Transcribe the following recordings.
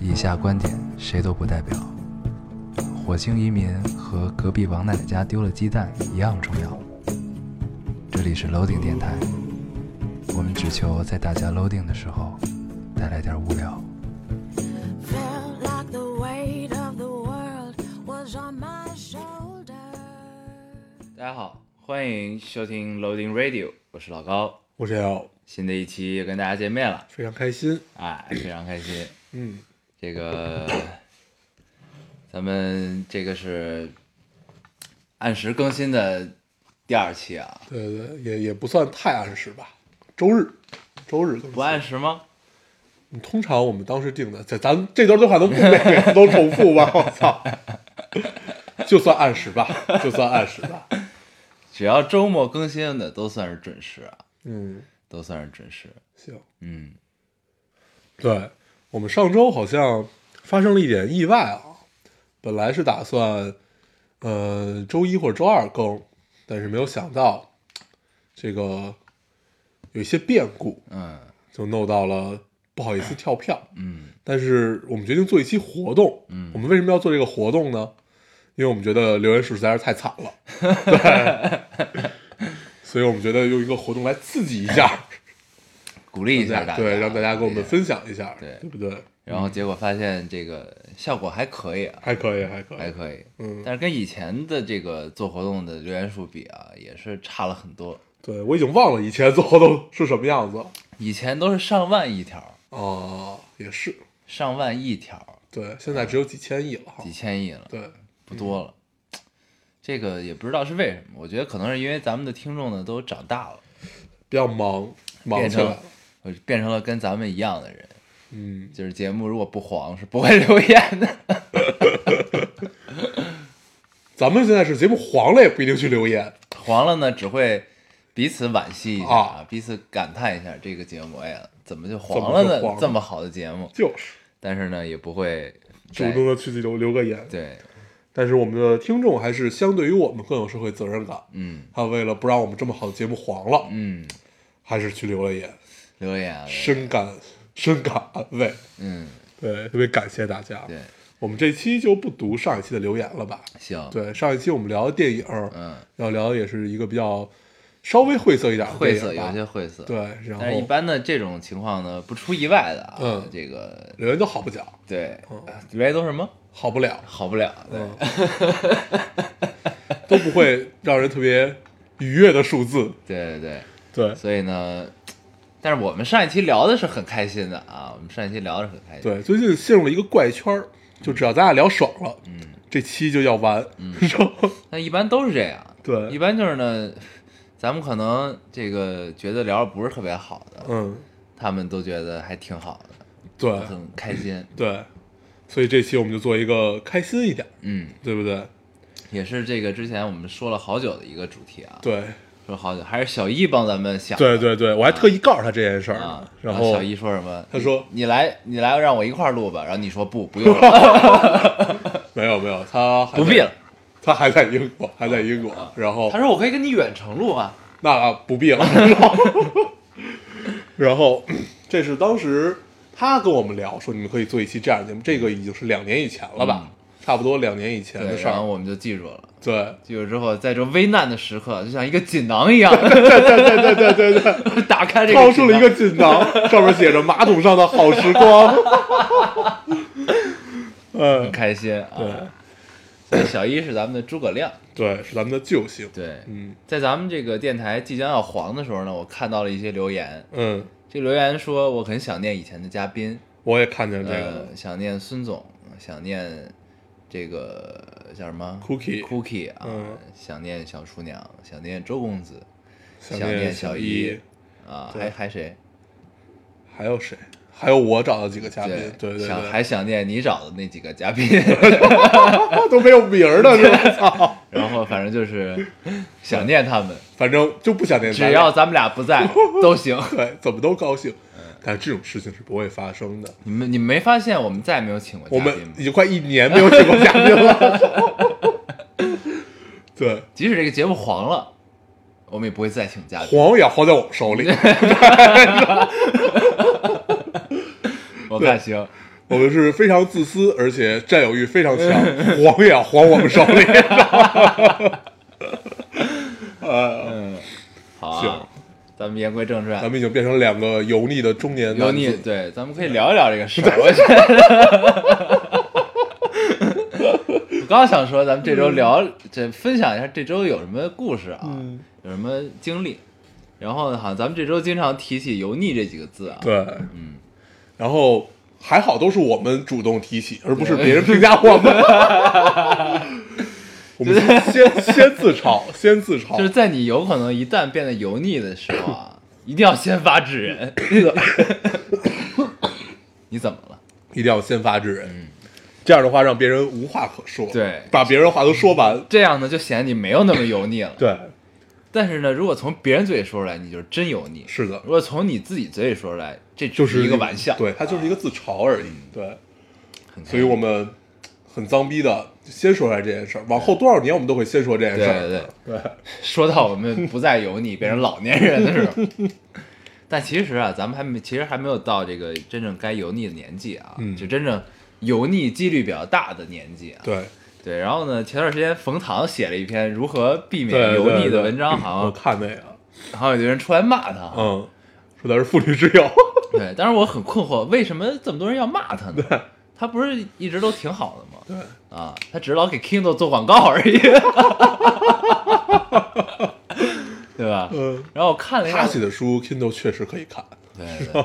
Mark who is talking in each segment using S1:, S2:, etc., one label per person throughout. S1: 以下观点谁都不代表。火星移民和隔壁王奶奶家丢了鸡蛋一样重要。这里是 Loading 电台，我们只求在大家 Loading 的时候带来点无聊。
S2: Felt like the weight of the world was on my shoulders.
S3: 大家好，欢迎收听 Loading Radio，我是老高。
S4: 我是瑶，
S3: 新的一期又跟大家见面了，
S4: 非常开心。
S3: 哎，非常开心。
S4: 嗯，
S3: 这个，咱们这个是按时更新的第二期啊，
S4: 对对，呃也也不算太按时吧。周日，周日更
S3: 不按
S4: 新。
S3: 时吗？
S4: 嗯通常我们当时定的，在咱这段对话能不每每次都重复吗？我操！就算按时吧，就算按时吧。
S3: 只要周末更新的都算是准时啊，
S4: 嗯，
S3: 都算是准时。
S4: 行。
S3: 嗯，
S4: 对我们上周好像发生了一点意外啊，本来是打算，呃，周一或者周二更，但是没有想到这个有一些变故，
S3: 嗯，
S4: 就弄到了不好意
S3: 哎
S4: 思跳票。
S3: 嗯，
S4: 但是我们决定做一期活动。
S3: 嗯
S4: 我们为什么要做这个活动呢？因为我们觉得留言数实在是太惨 了，对，所以我们觉得用一个活动来刺激一下，
S3: 鼓哎励一下大家，
S4: 对，让大家跟我们分享一下，
S3: 对
S4: 对不对？
S3: 然后结果发现这个效果还可以啊，
S4: 还可以，还可以，
S3: 还可以。
S4: 嗯，
S3: 但是跟以前的这个做活动的留言数比啊，也是差了很多。
S4: 对我已经忘了以前做活动是什么样子了。
S3: 以前都是上万一条，
S4: 哦，也是，
S3: 上万一条，
S4: 对，现在只有几千亿了哈
S3: 几。千亿了，
S4: 对，
S3: 不多了。这个也不知道是为什么，我觉得可能是因为咱们的听众呢都长大了，
S4: 比较忙，忙
S3: 变
S4: 起来
S3: 成
S4: 了。
S3: 呃变成了跟咱们一样的人。
S4: 嗯，
S3: 就是节目如果不黄是不会 留言的。
S4: 咱们现在是节目黄了也不一定去留言，
S3: 黄了呢，只会彼此惋惜一下，
S4: 啊
S3: 彼此感叹一下这个节目，哎呀，怎么就黄了呢？
S4: 怎么就黄了
S3: 这么好的节目，
S4: 就是
S3: 但是呢，也不会
S4: 主
S3: 再
S4: 动的去留留个言。
S3: 对，
S4: 但是我们的听众还是相对于我们更有社会责任感，
S3: 嗯
S4: 他为了不让我们这么好的节目黄了，
S3: 嗯，
S4: 还是去留了言，
S3: 留言啊，
S4: 深感深感安慰。
S3: 嗯，
S4: 对，特别感谢大家。
S3: 对，
S4: 我们这期就不读上一期的留言了吧？
S3: 行，，
S4: 对，上一期我们聊的电影，
S3: 嗯，
S4: 要聊的也是一个比较稍微晦涩一点的
S3: 晦
S4: 电
S3: 涩，
S4: 影吧
S3: 有些晦涩，。
S4: 对，然
S3: 但是，一
S4: 后
S3: 般的这种情况呢，不出意外的啊，
S4: 嗯
S3: 这个
S4: 留言都好不讲，
S3: 对，留言都什么
S4: 好不了，
S3: 好不了，对，
S4: 嗯， 都不会让人特别愉悦的数字。
S3: 对对对，
S4: 对，
S3: 所以呢，但是我们上一期聊的是很开心的啊，我们上一期聊的是很开心，，
S4: 对，最近陷入了一个怪圈儿，就只要咱俩聊爽了，嗯，这期就要完，
S3: 嗯
S4: 然后
S3: 但一般都是这样，
S4: 对
S3: 一般就是呢，咱们可能这个觉得聊的不是特别好的，
S4: 嗯，
S3: 他们都觉得还挺好
S4: 对
S3: 的，很开心，
S4: 对，所以这期我们就做一个开心一点儿，
S3: 嗯，
S4: 对不对？
S3: 也是这个之前我们说了好久的一个主题啊，
S4: 对，
S3: 说好久，还是小易帮咱们想的
S4: 对对对，我还特意告诉他这件事儿
S3: 啊
S4: 呢，，
S3: 然
S4: 后
S3: 小易说什么？
S4: 他说
S3: 你来，你来，让我一块儿录吧。然后你说不，不用 了，
S4: 没有没有，他还
S3: 不
S4: 在
S3: 必了。。
S4: 他还在英国，还在英国，然后
S3: 他说我可以跟你远程录啊。
S4: 那不 必了。然后，然后这是当时他跟我们聊说，你们可以做一期这样的节目，这个已经是两年以前了吧，差不多两年以前的
S3: 嗯对，
S4: 事
S3: 然后
S4: 儿。
S3: 我们就记住了。
S4: 对，
S3: 记住之后，在这危难的时刻，就像一个锦囊一 样，
S4: 对对对对对，
S3: 打开这个
S4: 掏出了一个
S3: 锦
S4: 锦囊，上面写着“马桶上的好时 光”。
S3: 囊，很
S4: 嗯，
S3: 开心啊。
S4: 对
S3: 所以小一是咱们的诸葛亮，
S4: 对，是咱们的救星。
S3: 对，
S4: 嗯
S3: 在咱们这个电台即将要黄的时候呢，我看到了一些留言，
S4: 嗯，
S3: 这留言说我很想念以前的嘉宾，
S4: 我也看见这个
S3: 呃，想念孙总，想念这个叫什么
S4: Cookie
S3: Cookie 啊，
S4: 嗯
S3: 想念小厨娘，想念周公子
S4: 想
S3: 想念
S4: 念
S3: 小
S4: 一，
S3: 啊，
S4: 对
S3: 还还谁？
S4: 还有谁？还有我找的几个嘉宾，对对
S3: 想
S4: 对，
S3: 还想念你找的那几个嘉 宾，
S4: 啊都没有名儿 的是吧？啊操！
S3: 然后反正就是 想念他们，
S4: 反正就不想念咱
S3: 只
S4: 俩
S3: 要咱们俩不 在都行。
S4: 对怎么都高兴。
S3: 嗯
S4: 但这种事情是不会发生的。
S3: 你们你们没发现我们再也没有请过
S4: 我
S3: 嘉宾
S4: 们
S3: 吗
S4: 已？经快一年没有请过嘉宾了。 对，
S3: 即使这个节目黄了，我们也不会再请 嘉宾。
S4: 黄也黄在我们 手里。
S3: 我看行，
S4: 我们是非常自私，而且占有欲非常强，黄也要还我们手里。
S3: 好
S4: 行
S3: 啊，咱们言归正
S4: 呃咱
S3: 传，
S4: 们已经变成两个油腻的中年
S3: 油
S4: 男
S3: 腻
S4: 子，
S3: 对，咱们可以聊一聊这个事儿。我觉得， 我刚想说，咱们这
S4: 嗯
S3: 周聊，这分享一下这周有什么故事啊，
S4: 嗯
S3: 有什么经历。然后呢，好像咱们这周经常提起“油腻”这几个字啊，
S4: 对，
S3: 嗯，
S4: 然后还好都是我们主动提起，而不是别人评价我们。我们 先先自嘲，先自嘲，
S3: 就是在你有可能一旦变得油腻的时候啊，一定要先发制人。那个， 你怎么了？
S4: 一定要先发制人，这样的话让别人无话可说，
S3: 嗯对
S4: 把别人的话都说完，
S3: 这样呢，就显得你没有那么油腻了。
S4: 对，
S3: 但是呢，如果从别人嘴里说出来，你就是真油腻；
S4: 是的
S3: 如，果从你自己嘴里说出来，这只
S4: 就是
S3: 一个玩笑。啊
S4: 对，它就是一个自嘲而已，对，
S3: 很开心，
S4: 所以我们很脏逼的先说出来这件事儿，往后多少年我们都会先说这件
S3: 对
S4: 事
S3: 对
S4: 儿，
S3: 对，
S4: 对，
S3: 说到我们不再油腻，变成老年人的时 候。但其实啊，咱们还没，其实还没有到这个真正该油腻的年纪啊，
S4: 嗯
S3: 就真正油腻几率比较大的年纪啊。
S4: 对，
S3: 对，然后呢，前段时间冯唐写了一篇如何避免
S4: 对
S3: 油腻
S4: 对对
S3: 的文章，
S4: 我
S3: 好啊
S4: 看那个，
S3: 像 好像有人出来骂他。啊
S4: 嗯，说他是妇女之友，
S3: 对，当时我很困惑，为什么这么多人要骂他呢？他不是一直都挺好的吗？
S4: 对，
S3: 啊，他只是老给 Kindle 做广告而已， 对吧？
S4: 嗯，
S3: 然后我看了一下
S4: 他，写的书 Kindle 确实可以看，
S3: 对对，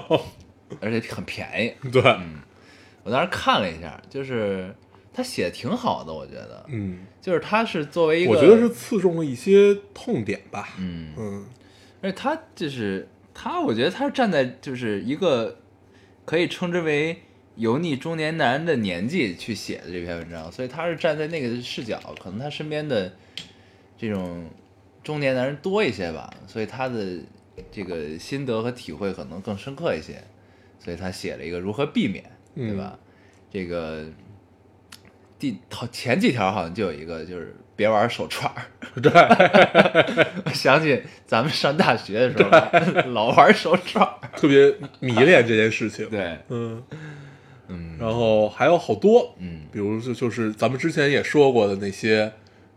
S3: 而且很便宜。
S4: 对，
S3: 嗯我当时看了一下，就是他写的挺好的，我觉得，
S4: 嗯，
S3: 就是他是作为一个，
S4: 我觉得是，刺中了一些痛点吧，
S3: 嗯，
S4: 嗯，
S3: 而且他就是他，我觉得他是站在就是一个可以称之为油腻中年男的年纪去写的这篇文章，所以他是站在那个视角，可能他身边的这种中年男人多一些吧，所以他的这个心得和体会可能更深刻一些，所以他写了一个如何避免，
S4: 嗯
S3: 对吧？这个第头前几条好像就有一个就是别玩手串儿。
S4: 对，
S3: 我 想起咱们上大学的时候， 老玩手串儿。
S4: 特别迷恋这件事情，
S3: 对，
S4: 嗯，
S3: 嗯
S4: 然后还有好多，
S3: 嗯，
S4: 比如就就是咱们之前也说过的那些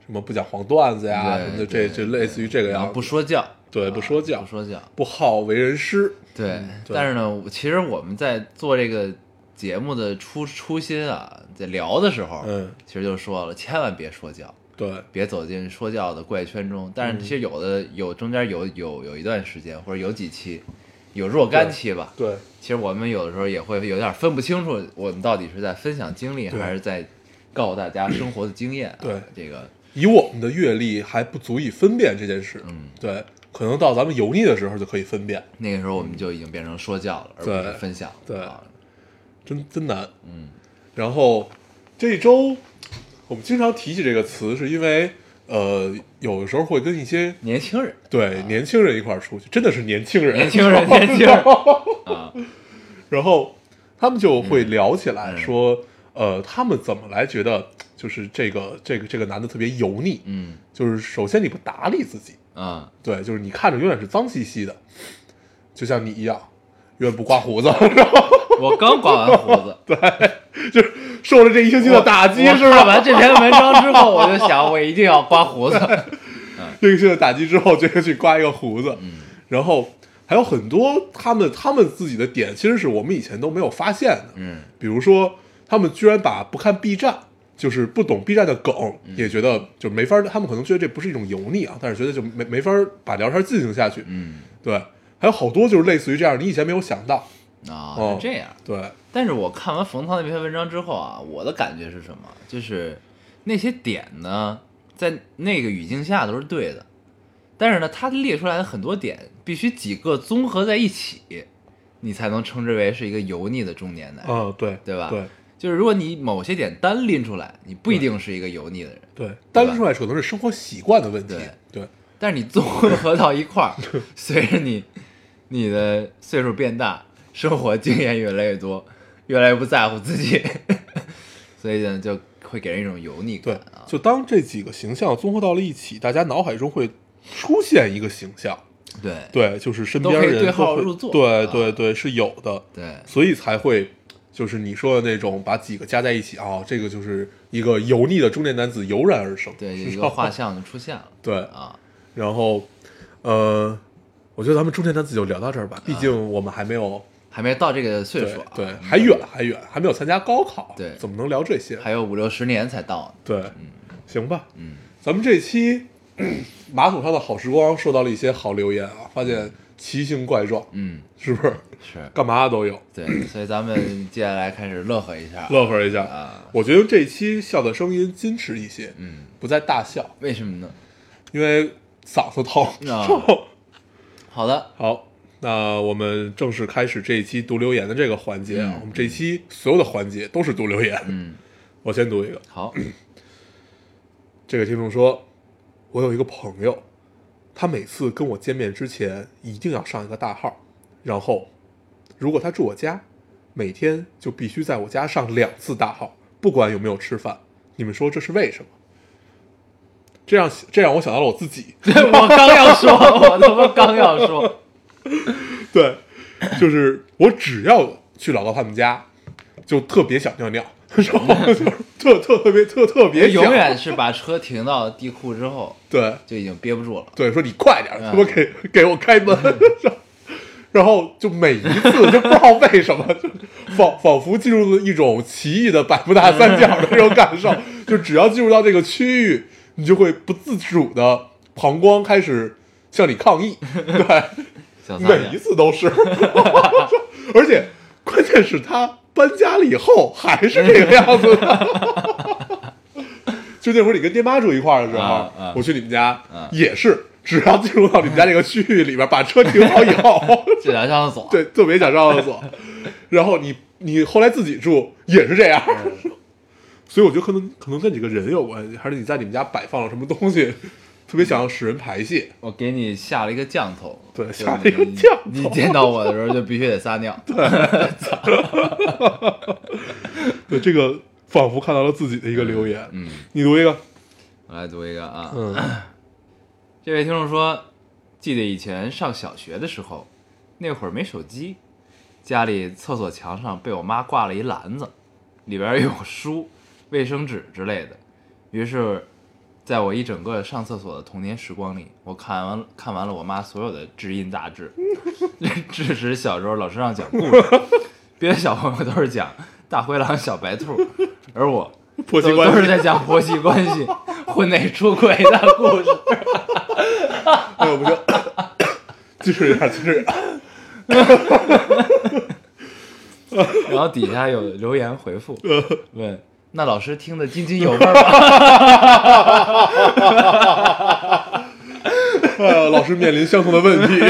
S4: 什么不讲黄段子呀
S3: 对
S4: 什么的，
S3: 对
S4: 这这类似于这个
S3: 然
S4: 样
S3: 后
S4: 子，
S3: 不说教，
S4: 对不说教
S3: 不，说教。
S4: 不好为人师，
S3: 对，
S4: 对
S3: 但是呢，我其实我们在做这个节目的初初心啊，在聊的时候，
S4: 嗯，
S3: 其实就说了，千万别说教，
S4: 对
S3: 别走进说教的怪圈中。但是其
S4: 嗯
S3: 实有的有中间有有有一段时间，或者有几期，有若干期吧，
S4: 对
S3: 其实我们有的时候也会有点分不清楚，我们到底是在分享经历，
S4: 对
S3: 还是在告诉大家生活的经验、啊。
S4: 对
S3: 这个，
S4: 以我们的阅历还不足以分辨这件事，
S3: 嗯，
S4: 对，可能到咱们油腻的时候就可以分辨，
S3: 那个时候我们就已经变成说教了，而不
S4: 对
S3: 是分享。
S4: 对
S3: 啊
S4: 真真难。
S3: 嗯，
S4: 然后这一周我们经常提起这个词，是因为呃，有的时候会跟一些
S3: 年轻人，
S4: 对年轻人一块儿出去，真的是年轻人，
S3: 啊年轻人， 年轻人啊，
S4: 然后他们就会聊起来
S3: 嗯
S4: 说，呃，他们怎么来觉得就是这个这个这个男的特别油腻，
S3: 嗯
S4: 就是首先你不打理自己，
S3: 啊，
S4: 对，就是你看着永远是脏兮兮的，就像你一样，永远不刮胡子， 然后
S3: 我刚刮完胡 子，
S4: 就是受了这一星期的打击，
S3: 我
S4: 是吧？
S3: 看完这篇文章之后，我就想，我一定要刮胡子。
S4: 这个星期的打击之后，这个去刮一个胡子，
S3: 嗯
S4: 然后还有很多他们他们自己的点，其实是我们以前都没有发现的，
S3: 嗯，
S4: 比如说，他们居然把不看 B 站，就是不懂 B 站的梗，
S3: 嗯
S4: 也觉得就没法，他们可能觉得这不是一种油腻啊，但是觉得就没没法把聊天进行下去。
S3: 嗯
S4: 对，还有好多就是类似于这样，你以前没有想到。
S3: 啊，
S4: 哦
S3: 是这样。
S4: 对，
S3: 但是我看完冯唐那篇文章之后啊，我的感觉是什么？就是那些点呢，在那个语境下都是对的，但是呢，他列出来的很多点必须几个综合在一起，你才能称之为是一个油腻的中年男人。
S4: 嗯，对，
S3: 对吧
S4: 对
S3: 就是如果你某些点单拎出来，你不一定是一个油腻的人，
S4: 对，单拎出来可能是生活习惯的问题。对，
S3: 但是你综合到一 块儿，随着你你的岁数变大，生活经验越来越多，越来越不在乎自己， 所以呢，就会给人一种油腻感
S4: 对
S3: 啊，。
S4: 就当这几个形象综合到了一起，大家脑海中会出现一个形象。
S3: 对
S4: 对，就是身
S3: 都
S4: 边
S3: 可以
S4: 人
S3: 对
S4: 都
S3: 号
S4: 会
S3: 入座
S4: 对
S3: 啊
S4: 对对，是有的。
S3: 对
S4: 所以才会就是你说的那种把几个加在一起啊，这个就是一个油腻的中年男子油然而生，
S3: 对，有
S4: 是
S3: 一个
S4: 吧
S3: 画像就出现了
S4: 对，
S3: 啊。
S4: 然后，呃，我觉得咱们中年男子就聊到这儿
S3: 嗯
S4: 吧，毕竟我们还没有
S3: 还没到这个岁数、啊，
S4: 对对，还远还远，还没有参加高考，
S3: 对
S4: 怎么能聊这些？
S3: 还有五六十年才到呢。
S4: 对，行吧，
S3: 嗯，
S4: 咱们这期马桶上的好时光收到了一些好留言啊，发现奇形怪状，
S3: 嗯，啊
S4: 是不是？
S3: 是
S4: 干嘛都有，
S3: 对，所以咱们接下来开始乐呵一下。
S4: 乐呵一下。
S3: 啊，
S4: 我觉得这期笑的声音矜持一些，
S3: 嗯，
S4: 不再大笑，
S3: 为什么呢？
S4: 因为嗓子疼。
S3: 啊好的，
S4: 好，那我们正式开始这一期读留言的这个环节啊。
S3: 嗯
S4: 我们这一期所有的环节都是读留言。
S3: 嗯，
S4: 我先读一个，
S3: 好，
S4: 这个听众说，我有一个朋友，他每次跟我见面之前一定要上一个大号，然后如果他住我家，每天就必须在我家上两次大号，不管有没有吃饭。你们说这是为什么？这让这让我想到了我自己，
S3: 我刚要说，我他妈刚要说，
S4: 对，就是我只要去姥姥他们家，就特别想尿尿， 然后 就是特特特别特特别想
S3: 永远是把车停到地库之后
S4: 对
S3: 就已经憋不住了。
S4: 对，说你快点儿，
S3: 嗯
S4: 他妈给给我开门， 然后就每一次就不知道为什么， 就仿仿佛进入了一种奇异的百慕大三角的那种感受，就只要进入到这个区域，你就会不自主的膀胱开始向你抗议，对。
S3: 小三
S4: 每一次都是， 而且关键是他搬家了以后还是这个样子的。就那会儿你跟爹妈住一块儿的时候，
S3: 啊啊
S4: 我去你们家、
S3: 啊
S4: 也是，只要进入到你们家这个区域里边，把车停好以后，
S3: 这俩上厕所，
S4: 对，特别想上厕所。然后你你后来自己住也是这样，
S3: 嗯
S4: 所以我觉得可能可能跟你个人有关系，还是你在你们家摆放了什么东西，特别想要使人排泄。
S3: 我给你下了一个降头，
S4: 对
S3: 就是
S4: 下了一个降头
S3: 你你见到我的时候就必须得撒尿，
S4: 对，这个仿佛看到了自己的一个留言。
S3: 嗯，
S4: 你读一个，
S3: 我来读一个啊，
S4: 嗯
S3: 这位听众说，记得以前上小学的时候，那会儿没手机，家里厕所墙上被我妈挂了一篮子，里边有书、 卫生纸之类的。于是，在我一整个上厕所的童年时光里，我看完看完了我妈所有的知音杂志， 致使小时候老师让讲故事， 别的小朋友都是讲大灰狼、小白兔，而我
S4: 婆媳
S3: 都
S4: 关
S3: 都是
S4: 系。
S3: 在讲婆媳关系、婚内出轨的故事。
S4: 哎呦，不行， 继续一下，继续一下。
S3: 然后底下有留言回 复，
S4: 嗯
S3: 问那老师听得津津有味儿吗？
S4: 呃，老师面临相同的 问题。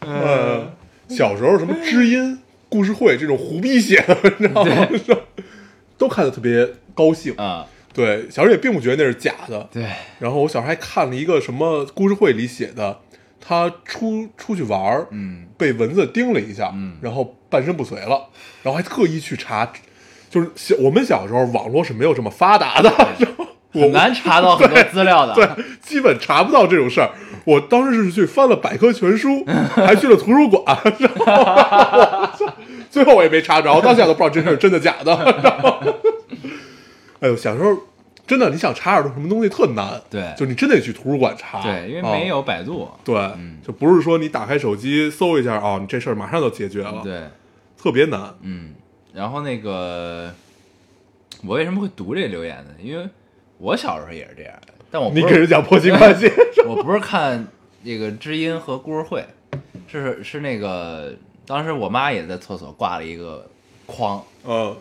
S4: 呃，小时候什么知音、故事会这种胡逼写的文章， 都看得特别高兴。
S3: 啊，
S4: 对，小时候也并不觉得那是假的。
S3: 对，
S4: 然后我小时候还看了一个什么故事会里写的，他出出去玩儿，
S3: 嗯，
S4: 被蚊子叮了一下，
S3: 嗯
S4: 然后半身不遂了，然后还特意去查，就是小我们小时候网络是没有这么发达的， 然后我
S3: 很难查到很多资料的。啊
S4: 对，基本查不到这种事儿。我当时是去翻了百科全 书，还去了图书馆，然后最后我也没查着，到现在都不知道这事儿真的假的。然后哎呦，小时候真的你想查点儿什么东西特难，
S3: 对
S4: 就你真得去图书馆查，
S3: 对因为
S4: 啊
S3: 没。有嗯百度，
S4: 对，就不是说你打开手机搜一下啊、你这事儿马上就解决了，，
S3: 嗯对，
S4: 特别难。
S3: 嗯，然后那个我为什么会读这个留言呢？因为我小时候也是这样的，但我不
S4: 你
S3: 是
S4: 给人讲婆媳 关系，
S3: 我不是看那个知音和故事会，是是那个当时我妈也在厕所挂了一个筐，
S4: 嗯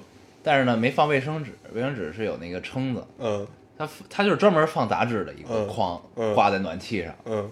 S3: 但是呢没放卫生纸，卫生纸是有那个撑子。
S4: 嗯
S3: 它它就是专门放杂志的一个
S4: 嗯
S3: 框，
S4: 嗯
S3: 挂在暖气上，
S4: 嗯，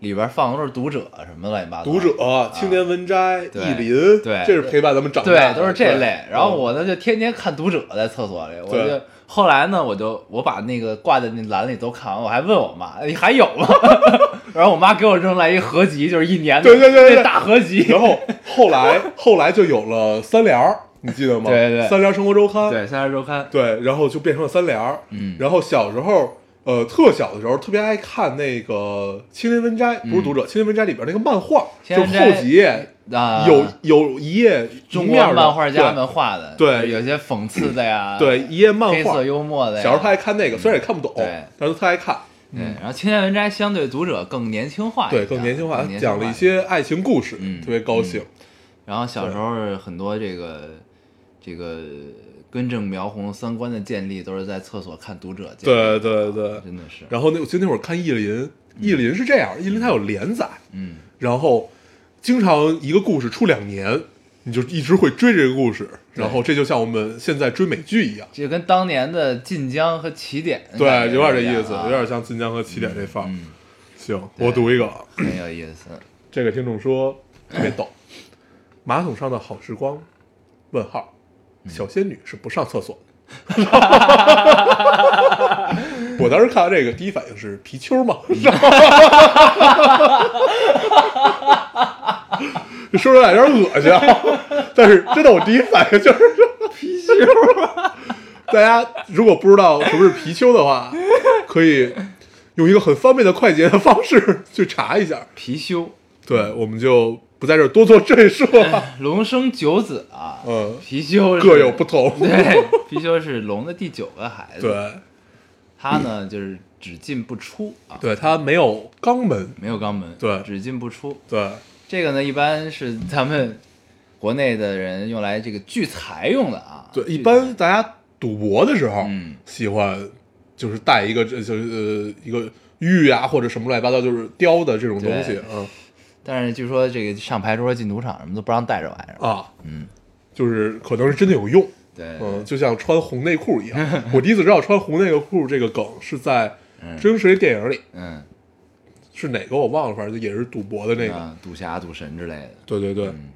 S3: 里边放的都是读者什么乱七八糟。
S4: 读者、青年文摘、
S3: 对
S4: 意林，
S3: 对
S4: 这是陪伴咱们长大
S3: 对
S4: 的，
S3: 都是这
S4: 对嗯
S3: 类。然后我呢就天天看读者在厕所里，我
S4: 对
S3: 就后来呢我就我把那个挂在那栏里都看完，我还问我妈哎还有吗？ 然后我妈给我扔来一合集，就是一年的
S4: 对对对对
S3: 那大合集。
S4: 然后后来后来就有了三联儿，你记得吗？
S3: 对对对
S4: 三联儿生活周刊，
S3: 对《三联周刊》
S4: 对然后就变成了三联儿。
S3: 嗯
S4: 然后小时候，呃，特小的时候特别爱看那个《青年文摘》，不是读者，青年文摘》》里边那个漫画，
S3: 嗯青年
S4: 就
S3: 文摘
S4: 后几页
S3: 啊，
S4: 有有一页
S3: 中
S4: 一
S3: 国
S4: 面儿的
S3: 漫画家们画的，
S4: 对
S3: 有些讽刺的呀，
S4: 对对一页漫
S3: 黑
S4: 画
S3: 色，幽默的呀。
S4: 小时候他爱看那个，虽然也看不懂
S3: 对，
S4: 但是他爱看。
S3: 对，然后青年文摘相对读者更年轻化一
S4: 嗯对，
S3: 点，啊
S4: 更年轻化，
S3: 哎更
S4: 讲了一。些爱情故事，
S3: 嗯
S4: 特别高兴。
S3: 然后小时候很多这个这个根正苗红三观的建立都是在厕所看读者建
S4: 对
S3: 立的，
S4: 对对。
S3: 真的是，
S4: 然后那我记得那会儿看意林，意林是这样，意林它有连载，
S3: 嗯，
S4: 然后经常一个故事出两年，你就一直会追这个故事，
S3: 对
S4: 然后这就像我们现在追美剧一样，
S3: 这跟当年的晋江和起点感觉
S4: 对，有点这
S3: 一样
S4: 意思，
S3: 啊
S4: 有点像晋江和起点这范儿。
S3: 嗯，
S4: 行，
S3: 对
S4: 我读一个啊，
S3: 很有意思，
S4: 这个听众说特别逗，马桶上的好时光？问号，小仙女是不上厕所的。 我当时看到这个，第一反应是皮丘嘛， 说出来有点恶心啊，但是真的我第一反应就是说皮丘。大家如果不知道什么是皮丘的话，可以用一个很方便的快捷的方式去查一下。
S3: 貔貅。
S4: 对，我们就不在这儿多做赘述了。
S3: 龙生九子啊，
S4: 嗯
S3: 貔貅是
S4: 各有不同
S3: 对，貔貅是龙的第九个孩子，，
S4: 对，
S3: 它呢就是只进不出啊，，
S4: 对，它没有肛门。
S3: 没有肛门，
S4: 对
S3: 只进不出。
S4: 对，
S3: 这个呢，一般是咱们国内的人用来这个聚财用的啊，
S4: 对，一
S3: 聚财
S4: 般大家赌博的时候，
S3: 嗯
S4: 喜欢就是带一个，这就是呃一个玉啊或者什么乱七八糟，就是雕的这种东西
S3: 对，
S4: 嗯
S3: 但是据说这个上牌桌、进赌场什么都不让带这玩意儿，
S4: 啊，
S3: 嗯，
S4: 就是可能是真的有用。
S3: 对，
S4: 嗯，就像穿红内裤一 样，我第一次知道穿红内裤这个梗是在真实的电影里，
S3: 嗯，
S4: 是哪个我忘了，反正也是赌博的那个。
S3: 啊赌侠、赌神之类的，
S4: 对对对，
S3: 嗯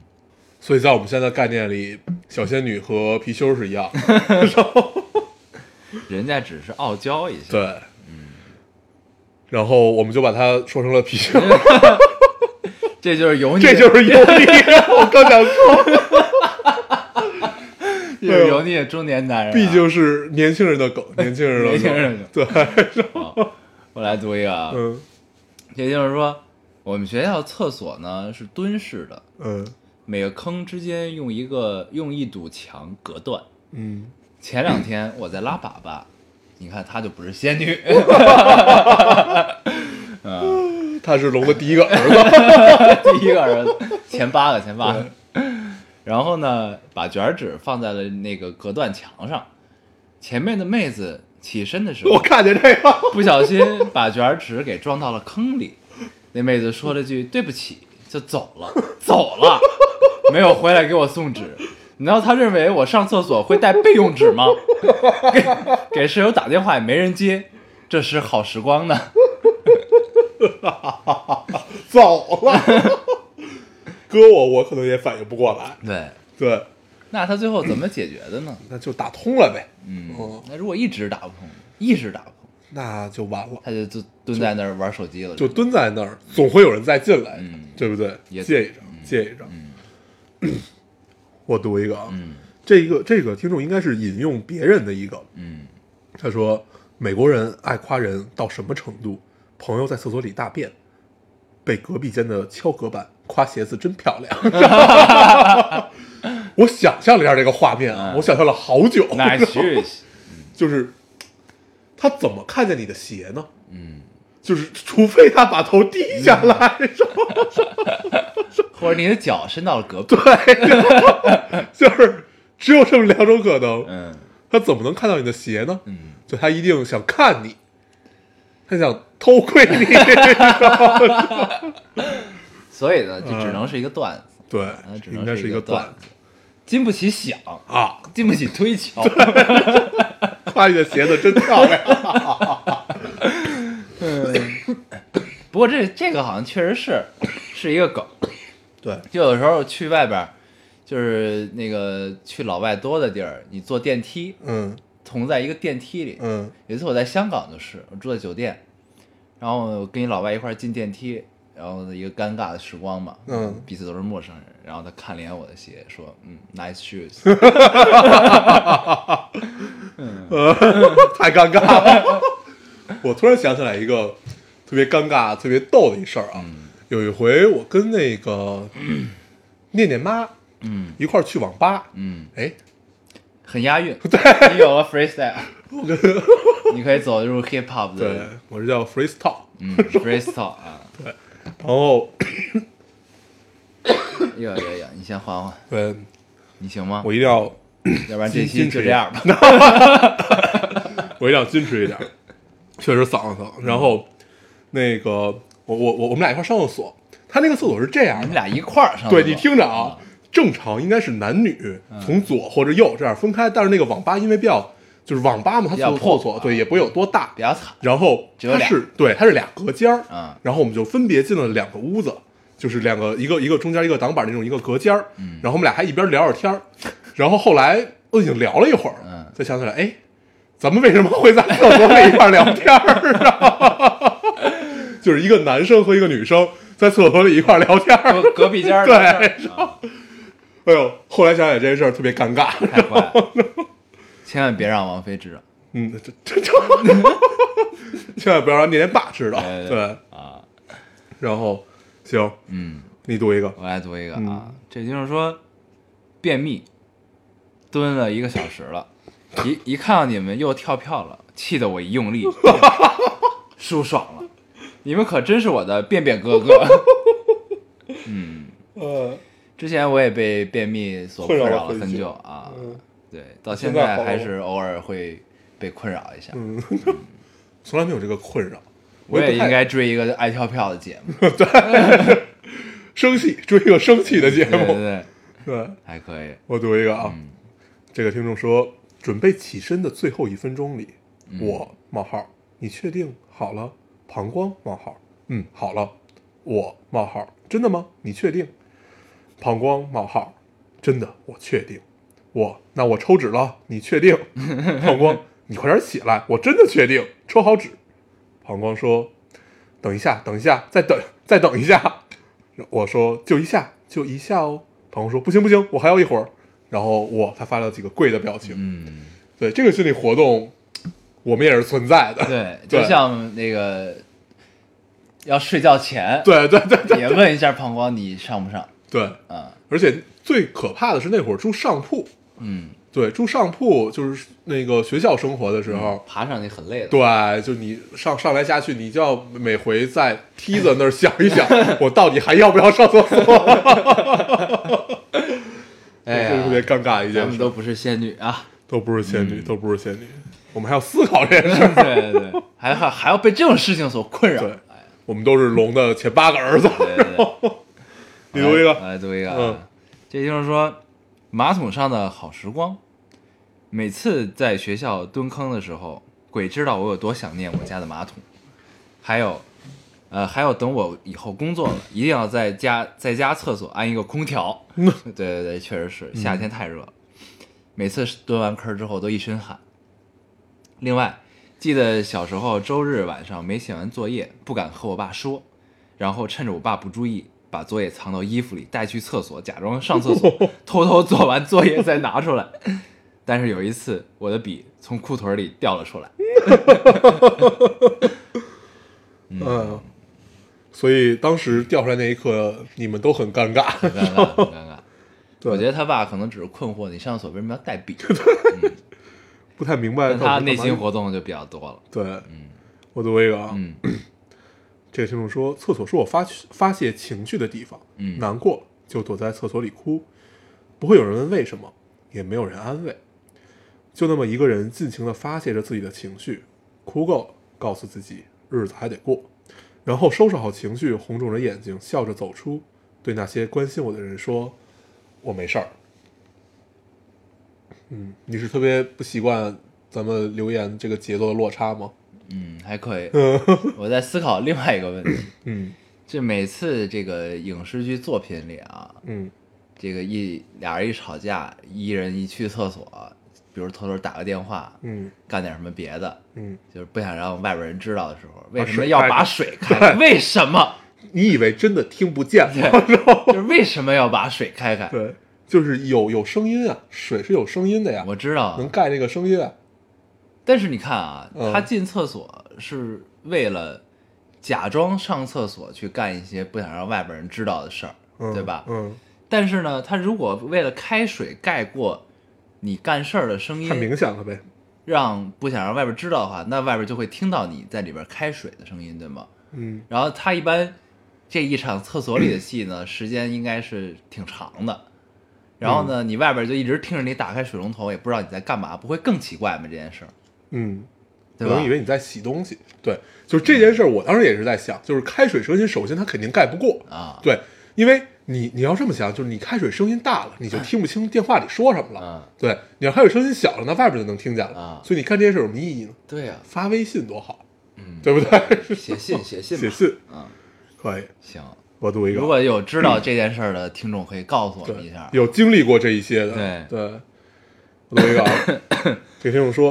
S4: 所以在我们现在概念里，小仙女和貔貅是一样。
S3: 人家只是傲娇一下，
S4: 对，嗯，然后我们就把它说成了貔貅，
S3: 这就是有你的，
S4: 这就是油腻。我刚想说，
S3: 这就是油腻的中年男人啊，
S4: 毕竟是年轻人 的梗，年轻人的
S3: 年
S4: 梗，
S3: 轻人的
S4: 对，
S3: 好我来读一个啊，
S4: 嗯
S3: 也就是说，我们学校厕所呢是蹲式的，
S4: 嗯
S3: 每个坑之间用一个用一堵墙隔断。
S4: 嗯，
S3: 前两天我在拉粑粑，你看她就不是仙女，
S4: 他是龙的第一个儿子，
S3: 第一个儿子，前八个，前八个。然后呢，把卷纸放在了那个隔断墙上，前面的妹子起身的时候
S4: 我，看见这个，
S3: 不小心把卷纸给撞到了坑里，那妹子说了句对不起就走了，走了，没有回来给我送纸。你知道她认为我上厕所会带备用纸吗？ 给给室友打电话也没人接，这是好时光呢。
S4: 走了。搁我，我可能也反应不过来。
S3: 对，
S4: 对，
S3: 那她最后怎么解决的呢？
S4: 那就打通了呗，
S3: 嗯
S4: 哦，
S3: 那如果一直打不通，一直打不通，
S4: 那就完了。
S3: 她就就蹲在那儿玩手机了。
S4: 就蹲在那儿，总会有人再进来，
S3: 嗯
S4: 对不对？
S3: 也嗯
S4: 借一张，借一张。 我读一个啊，
S3: 嗯
S4: 这一个这个听众应该是引用别人的一个，
S3: 嗯
S4: 他说美国人爱夸人到什么程度？朋友在厕所里大便，被隔壁间的敲隔板夸鞋子真漂亮。 我想象了一下这个画面啊，
S3: 嗯
S4: 我想象了好久，
S3: ，nice shoes，
S4: 就是他怎么看见你的鞋呢？
S3: 嗯，
S4: 就是除非他把头低下来，是吧
S3: 嗯或者你的脚伸到了隔壁，
S4: 就是只有这么两种可能。
S3: 嗯
S4: 他怎么能看到你的鞋呢？
S3: 嗯。
S4: 就他一定想看你，他想偷窥你。
S3: 所以呢，就只能是一个段子，
S4: 对
S3: 那，只
S4: 应
S3: 能
S4: 该
S3: 是
S4: 是
S3: 一
S4: 一
S3: 个
S4: 个
S3: 段
S4: 段
S3: 子经不起想，
S4: 啊！
S3: 经不起推敲。
S4: 夸你的鞋子真漂亮。
S3: 不过这这个好像确实是是一个梗，
S4: 对，
S3: 就有时候去外边儿，就是那个去老外多的地儿，你坐电梯，
S4: 嗯
S3: 同在一个电梯里。
S4: 嗯
S3: 有一次我在香港就是，我住在酒店，然后我跟一老外一块儿进电梯，然后一个尴尬的时光嘛，
S4: 嗯
S3: 彼此都是陌生人，然后他看了一眼我的鞋，说，嗯，nice shoes，
S4: 呃， 太尴尬了。我突然想起来一个
S3: 嗯
S4: 特别尴尬、特别逗的一事儿啊。有一回我跟那个念念妈
S3: 嗯
S4: 一块儿去网吧，
S3: 嗯，
S4: 哎，
S3: 很押韵。对， 你有了 freestyle，你可以走入 hip hop
S4: 对
S3: 的
S4: 我这叫 freestyle，
S3: 嗯 freestyle 啊。
S4: 然后
S3: 呀呀呀！你先缓缓，
S4: 对
S3: 你行吗
S4: 呃我？一定要
S3: 要不然这
S4: 矜矜
S3: 期
S4: 持
S3: 就
S4: 一
S3: 这样吧。
S4: 我一定要矜持一 点，确实嗓子疼。然后那个我我我我们俩一块儿上厕所，他那个厕所是这样
S3: 你
S4: 的
S3: 们，俩一块儿上。
S4: 对你听着啊，，正常应该是男女
S3: 嗯
S4: 从左或者右这样分开，但是那个网吧因为比较就是网吧嘛，它
S3: 比较
S4: 厕
S3: 破
S4: 厕所
S3: 啊
S4: 对也不会有多大
S3: 比，较惨。
S4: 然后
S3: 只有
S4: 它
S3: 俩
S4: 是对它是俩隔间儿
S3: 嗯，
S4: 然后我们就分别进了两个屋子，就是两个一个一个中间一个挡板那种一个隔间儿，
S3: 嗯
S4: 然后我们俩还一边聊着天儿， 然后后来我已经聊了一会儿，
S3: 嗯
S4: 才想起来，哎，咱们为什么会在厕所里一块儿聊天儿啊？ 就是一个男生和一个女生在厕所里一块儿聊天儿，
S3: 隔隔壁间儿
S4: 对
S3: 的事儿啊
S4: 哎呦，后来想想这件事儿特别尴尬，
S3: 太坏了，千万别让王菲知道
S4: 嗯，这这 这，千万不要让念念爸知道，
S3: 对对
S4: 对，
S3: 啊。
S4: 然后行，
S3: 嗯，
S4: 你读一个，
S3: 我来读一个啊
S4: 嗯，
S3: 这就是说便秘，蹲了一个小时了，一一看到你们又跳票了，气得我一用力， 舒爽了。你们可真是我的便便哥 哥。嗯，
S4: 呃，
S3: 之前我也被便秘所困
S4: 困扰了
S3: 扰了
S4: 很
S3: 很
S4: 久
S3: 久啊，
S4: 嗯
S3: 对，到
S4: 现
S3: 现
S4: 在
S3: 在
S4: 好了
S3: 还
S4: 吗
S3: 是偶尔会被困扰一下。
S4: 嗯，从来没有这个困扰。
S3: 我
S4: 也
S3: 也
S4: 不太
S3: 应该追一个爱跳票的 节目，
S4: 生气，追一个生气的节
S3: 对对
S4: 目。
S3: 对，
S4: 对，
S3: 还可以，
S4: 我读一个啊，
S3: 嗯
S4: 这个听众说，准备起身的最后一分钟里，
S3: 嗯
S4: 我冒号，你确定好了？膀胱冒号，嗯，好了，我冒号，真的吗？你确定？膀胱冒号，真的，我确定。我那我抽纸了，你确定？膀胱，你快点起来，我真的确定，抽好纸。膀胱说：“等一下，等一下，再等，再等一下。”我说：“就一下，就一下哦。”膀胱说：“不行不行，我还要一会儿。”然后我他发了几个跪的表情。
S3: 嗯，
S4: 对这个心理活动，我们也是存在的。
S3: 对，
S4: 对
S3: 就像那个要睡觉 前，
S4: 对对 对对
S3: 也问一下膀胱你上不上
S4: 对，
S3: 啊？
S4: 而且最可怕的是那会儿住上铺，
S3: 嗯，
S4: 对，住上铺就是那个学校生活的时候，
S3: 爬上去很累的，
S4: 对，就你上上来下去，你就要每回在梯子那儿想 一想，我到底还要不要上厕所？
S3: 哎
S4: 这是特别
S3: 呀，
S4: 尴尬的一
S3: 咱
S4: 件
S3: 们
S4: 事。
S3: 都不是仙女啊，
S4: 都不是仙女，都不是仙女，我们还要思考这件事 儿。
S3: 对对对，还还还要被这种事情所困扰，
S4: 对，我们都是龙的前八个儿子。
S3: 对哎对对，
S4: 你读一
S3: 我
S4: 个，
S3: 来读一个
S4: 嗯
S3: 啊，这就是说，马桶上的好时光。每次在学校蹲坑的时候，鬼知道我有多想念我家的马桶。还有，呃，还有等我以后工作了，一定要在家在家厕所安一个空调。
S4: 嗯
S3: 对对对，确实是夏天太热了。每次蹲完坑之后都一身汗。另外，记得小时候周日晚上没写完作业，不敢和我爸说，然后趁着我爸不注意，把作业藏到衣服里，带去厕所，假装上厕 所，偷偷做完作业再拿出来。但是有一次，我的笔从裤腿里掉了出来。
S4: 嗯。所以当时掉出来那一刻，你们都很尴尬。
S3: 很尴尬，很尴尬。
S4: 对
S3: 我觉得他爸可能只是困惑你上厕所为什么要 带笔，
S4: 不太明白
S3: 但他
S4: 到底干嘛
S3: 内心活动就比较多了。
S4: 对，我读一个啊，
S3: 嗯，
S4: 这个听众说，厕所是我发发泄情绪的地方，
S3: 嗯
S4: 难过就躲在厕所里哭，不会有人问为什么，也没有人安慰，就那么一个人尽情的发泄着自己的情绪，哭够了，告诉自己日子还得过，然后收拾好情绪，红肿着眼睛，笑着走出，对那些关心我的人说，我没事儿。嗯，你是特别不习惯咱们留言这个节奏的落差吗？
S3: 嗯，还可 以。我在思考另外一个问题，
S4: 嗯
S3: 就每次这个影视剧作品里啊，
S4: 嗯
S3: 这个一俩人一吵架，一人一去厕所，比如偷偷打个电话，
S4: 嗯
S3: 干点什么别的，
S4: 嗯，
S3: 就是不想让外边人知道的时候，为什么
S4: 水
S3: 要
S4: 开
S3: 把
S4: 开
S3: 水开开？为什么？
S4: 你以为真的听不见 吗？
S3: 就是为什么要把水开开？
S4: 对，就是有有声音啊，水是有声音的呀，
S3: 我知道啊，
S4: 能盖那个声音啊。
S3: 但是你看啊，
S4: 嗯
S3: 他进厕所是为了假装上厕所去干一些不想让外边人知道的事儿，
S4: 嗯、
S3: 对吧？
S4: 嗯，
S3: 但是呢，他如果为了开水盖过你干事儿的声
S4: 太
S3: 音，
S4: 明显了呗。
S3: 让不想让外边知道的话，那外边就会听到你在里边开水的声音，对吗？
S4: 嗯，
S3: 然后他一般这一场厕所里的戏呢，时间应该是挺长的。然后
S4: 嗯
S3: 呢，你外边就一直听着你打开水龙头，也不知道你在干嘛，不会更奇怪吗？这件事儿，
S4: 嗯，
S3: 对
S4: 可
S3: 吧
S4: 能以？为你在洗东西。对，就是这件事儿，我当时也是在想，就是开水声音，首先它肯定盖不过，
S3: 啊，
S4: 对，因为你你要这么想，就是你开水声音大了，你就听不清电话里说什么了。
S3: 啊，
S4: 对，你要开水声音小了，那外边就能听见了。
S3: 啊
S4: 所以你看这件事有什么意义呢？
S3: 对啊呀、
S4: 发微信多好，
S3: 嗯，
S4: 对不对？
S3: 写信写信吧
S4: 写信
S3: 啊，
S4: 可以，
S3: 行。
S4: 我读一个。
S3: 如果有知道这件事儿的听众，可以告诉我们
S4: 对
S3: 一下。
S4: 嗯有经历过这一些的，
S3: 对
S4: 对。我读一个啊，这个听众说，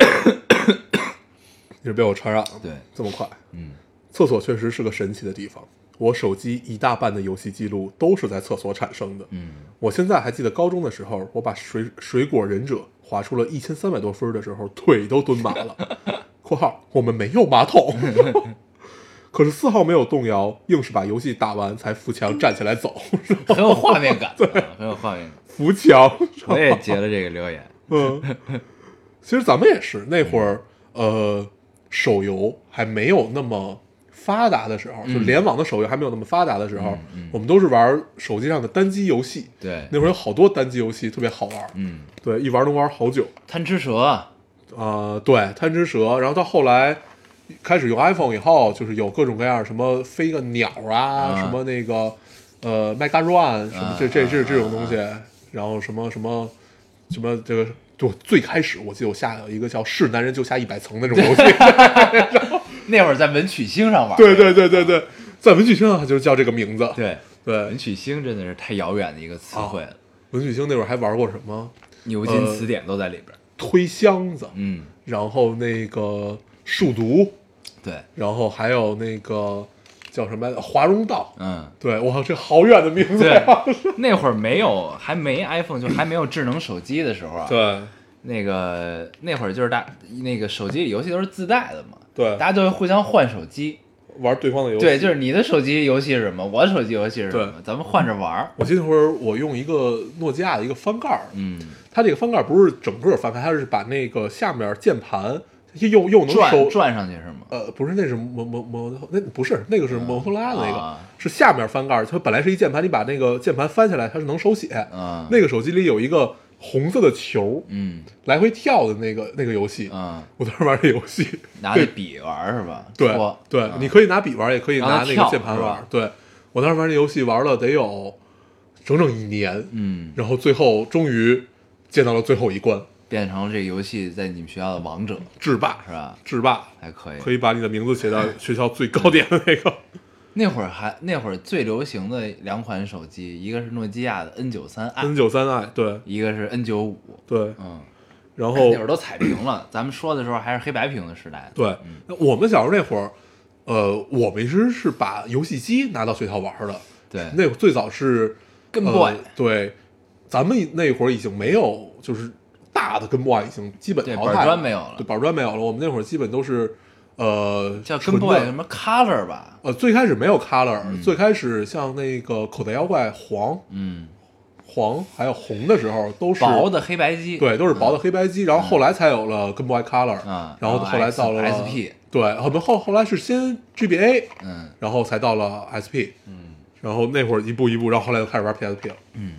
S4: 你是被我传染了，
S3: 对，
S4: 这么快。
S3: 嗯，
S4: 厕所确实是个神奇的地方。我手机一大半的游戏记录都是在厕所产生的。
S3: 嗯，
S4: 我现在还记得高中的时候，我把水水果忍者划出了一千三百多分的时候，腿都蹲麻了。（括号我们没有马桶， 可是丝毫没有动摇，硬是把游戏打完才扶墙站起来走。
S3: 很有画面感， 啊很有画面感。
S4: 扶墙，
S3: 我也截了这个留言，
S4: 嗯，其实咱们也是那会儿，呃，手游还没有那么发达的时候，就联网的手游还没有那么发达的时候，我们都是玩手机上的单机游戏。
S3: 对，
S4: 那会儿有好多单机游戏特别好玩，
S3: 嗯，
S4: 对，一玩能玩好久。
S3: 贪吃蛇，啊
S4: 呃，对，贪吃蛇，然后到后来开始用 iPhone 以后，就是有各种各样什么飞个鸟啊，
S3: 啊
S4: 什么那个呃麦嘎 run 什么这这这
S3: 啊
S4: 这种东西，然后什么什么什么这个。就最开始我记得我下了一个叫《是男人就下一百层》那种游戏，
S3: 那会儿在文曲星上玩。
S4: 对对对对对，在文曲星上就是叫这个名字。
S3: 对，文
S4: 对，
S3: 曲星真的是太遥远的一个词汇了，
S4: 文曲星那会儿还玩过什么
S3: 牛津词典都在里边
S4: 呃
S3: 儿。
S4: 推箱子，
S3: 嗯，
S4: 然后那个数独，
S3: 对，
S4: 然后还有那个叫什么来着华容道，
S3: 嗯，
S4: 对，哇，这好远的名字
S3: 对
S4: 呀、，
S3: 那会儿没有还没 iPhone，就还没有智能手机的时候啊。，
S4: 对
S3: 那个那会儿就是大那个手机里游戏都是自带的嘛，
S4: 对
S3: 大家都会互相换手机。
S4: 玩对方的游戏。
S3: 对，就是你的手机游戏是什么，我的手机游戏是什么，
S4: 对
S3: 咱们换着玩儿。
S4: 我记得那会儿我用一个诺基亚的一个翻盖儿，
S3: 嗯，
S4: 它这个翻盖儿不是整个翻开，它是把那个下面键盘又又能
S3: 转
S4: 收。
S3: 转上去是吗？
S4: 呃，不是，那是摩摩摩，那不是那个是摩托罗拉的那个，
S3: 啊
S4: 是下面翻盖儿。它本来是一键盘，你把那个键盘翻下来，它是能手写。
S3: 嗯
S4: 那个手机里有一个红色的球，
S3: 嗯
S4: 来回跳的那个那个游戏，
S3: 嗯，
S4: 我当时玩这游戏，
S3: 拿着笔玩儿是吧？
S4: 对
S3: 戳
S4: 对、
S3: 嗯
S4: 你可以拿笔玩，也可以
S3: 让它
S4: 拿那
S3: 跳
S4: 个键盘
S3: 是吧
S4: 玩。对我当时玩这游戏玩了得有整整一年，
S3: 嗯，
S4: 然后最后终于见到了最后一关，
S3: 变成这游戏在你们学校的王者
S4: 制霸
S3: 是？吧？
S4: 制霸
S3: 还可以。
S4: 可以把你的名字写
S3: 哎
S4: 到学校最高点的那个。
S3: 那会儿还那会儿最流行的两款手机，一个是诺基亚的 N 九三 i，
S4: N 九三 i 对
S3: 一个是 N 九五。
S4: 对，
S3: 哎嗯，
S4: 然后
S3: 那会儿都彩屏了，咱们说的时候还是黑白屏的时代。
S4: 对，那我们小时候那会儿，呃，我们是是把游戏机拿到学校玩的。
S3: 对
S4: 那会儿最早是
S3: 跟
S4: 呃
S3: boy
S4: 对，咱们那会儿已经没有就是大的跟 boy 已经基本
S3: 对
S4: 淘汰了，
S3: 板砖没有了
S4: 对，板砖没有了。我们那会儿基本都是呃
S3: 叫
S4: 纯
S3: 跟 boy
S4: 的
S3: 什么 color 吧？
S4: 呃，最开始没有 color，、最开始像那个口袋妖怪黄
S3: 嗯，
S4: 黄还有红的时候都是
S3: 薄的黑白机。
S4: 对，都是薄的黑白机，然后后来才有了 Game Boy Color，
S3: 啊
S4: 然后
S3: 然后
S4: 后来到了
S3: S- SP
S4: 对，后面后后来是先 GBA，
S3: 嗯，
S4: 然后才到了 SP，嗯，然后那会儿一步一步，然后后来就开始玩 PSP 了，嗯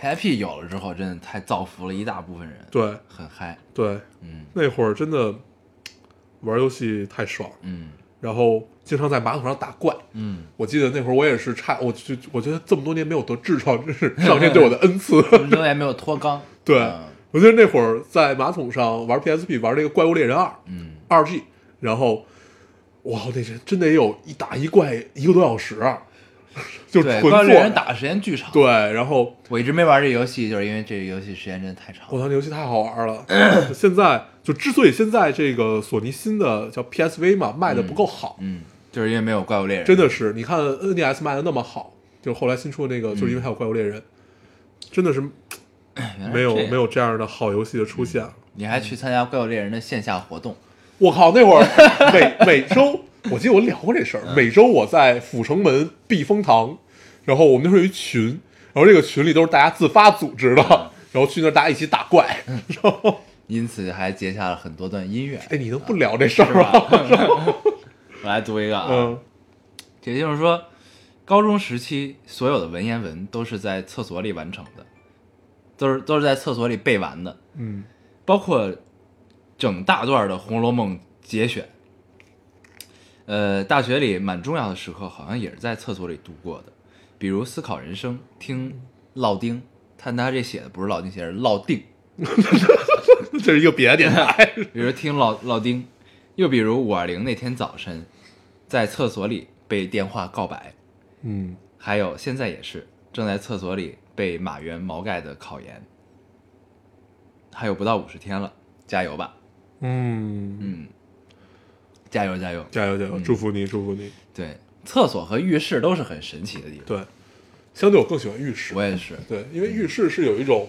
S3: ，PIP 有了之后，真的太造福了一大部分人。，
S4: 对
S3: 很嗨。
S4: 对，
S3: 嗯
S4: 那会儿真的玩游戏太爽，
S3: 嗯
S4: 然后经常在马桶上打怪，
S3: 嗯，
S4: 我记得那会儿我也是差，我就我觉得这么多年没有得痔疮，真是上天对我的恩 赐，
S3: 我们留言没有脱肛。
S4: 对
S3: 嗯，
S4: 我记得那会儿在马桶上玩 PSP 玩这个《怪物猎人二》，
S3: 嗯，
S4: 二 G，然后哇，那真真得有一打一怪一个多小时啊， 就
S3: 对，
S4: 纯
S3: 怪
S4: 做
S3: 物猎人打的时间巨长。
S4: 对，然后
S3: 我一直没玩这游戏，就是因为这个游戏时间真的太长
S4: 我
S3: 了。
S4: 操，那游戏太好玩了！现在就之所以现在这个索尼新的叫 PSV 嘛卖的不够好，
S3: 嗯，就是因为没有怪物猎人。
S4: 真的是你看 NDS 卖的那么好，就后来新出的那个，就是
S3: 嗯
S4: 因为还有怪物猎人，真的是
S3: 原来
S4: 没有
S3: 哎这嗯样
S4: 没有这样的好游戏的出现。
S3: 你还去参加怪物猎人的线下活动，
S4: 我靠，那 会儿每每周，我记得
S3: 嗯
S4: 我聊过这事儿，每周我在阜成门避风塘，然后我们那时候有一群，然后这个群里都是大家自发组织的，
S3: 嗯
S4: 然后去那儿大家一起打怪，然后
S3: 因此还结下了很多段姻缘。
S4: 哎，你能不聊这事儿
S3: 是
S4: 吗？
S3: 吧？ 我来读一个啊，
S4: 嗯
S3: 也就是说，高中时期所有的文言文都是在厕所里完成的，都是都是在厕所里背完的，
S4: 嗯，
S3: 包括整大段的《红楼梦》节选。呃，大学里蛮重要的时刻，好像也是在厕所里度过的，比如思考人生、听烙丁，但他这写的不是老丁，写的是烙定。
S4: 这是一个别的电 台，
S3: 比如听老老丁，又比如五二零那天早晨，在厕所里被电话告白，
S4: 嗯，
S3: 还有现在也是正在厕所里被马原毛概的考研，还有不到五十天了，加油吧，
S4: 嗯，
S3: 嗯，加油加油，
S4: 加油加
S3: 嗯
S4: 油！祝福你，祝福你。
S3: 对，厕所和浴室都是很神奇的地方，
S4: 对，相对我更喜欢浴室
S3: 我。也是，
S4: 对，因为浴室是有一种，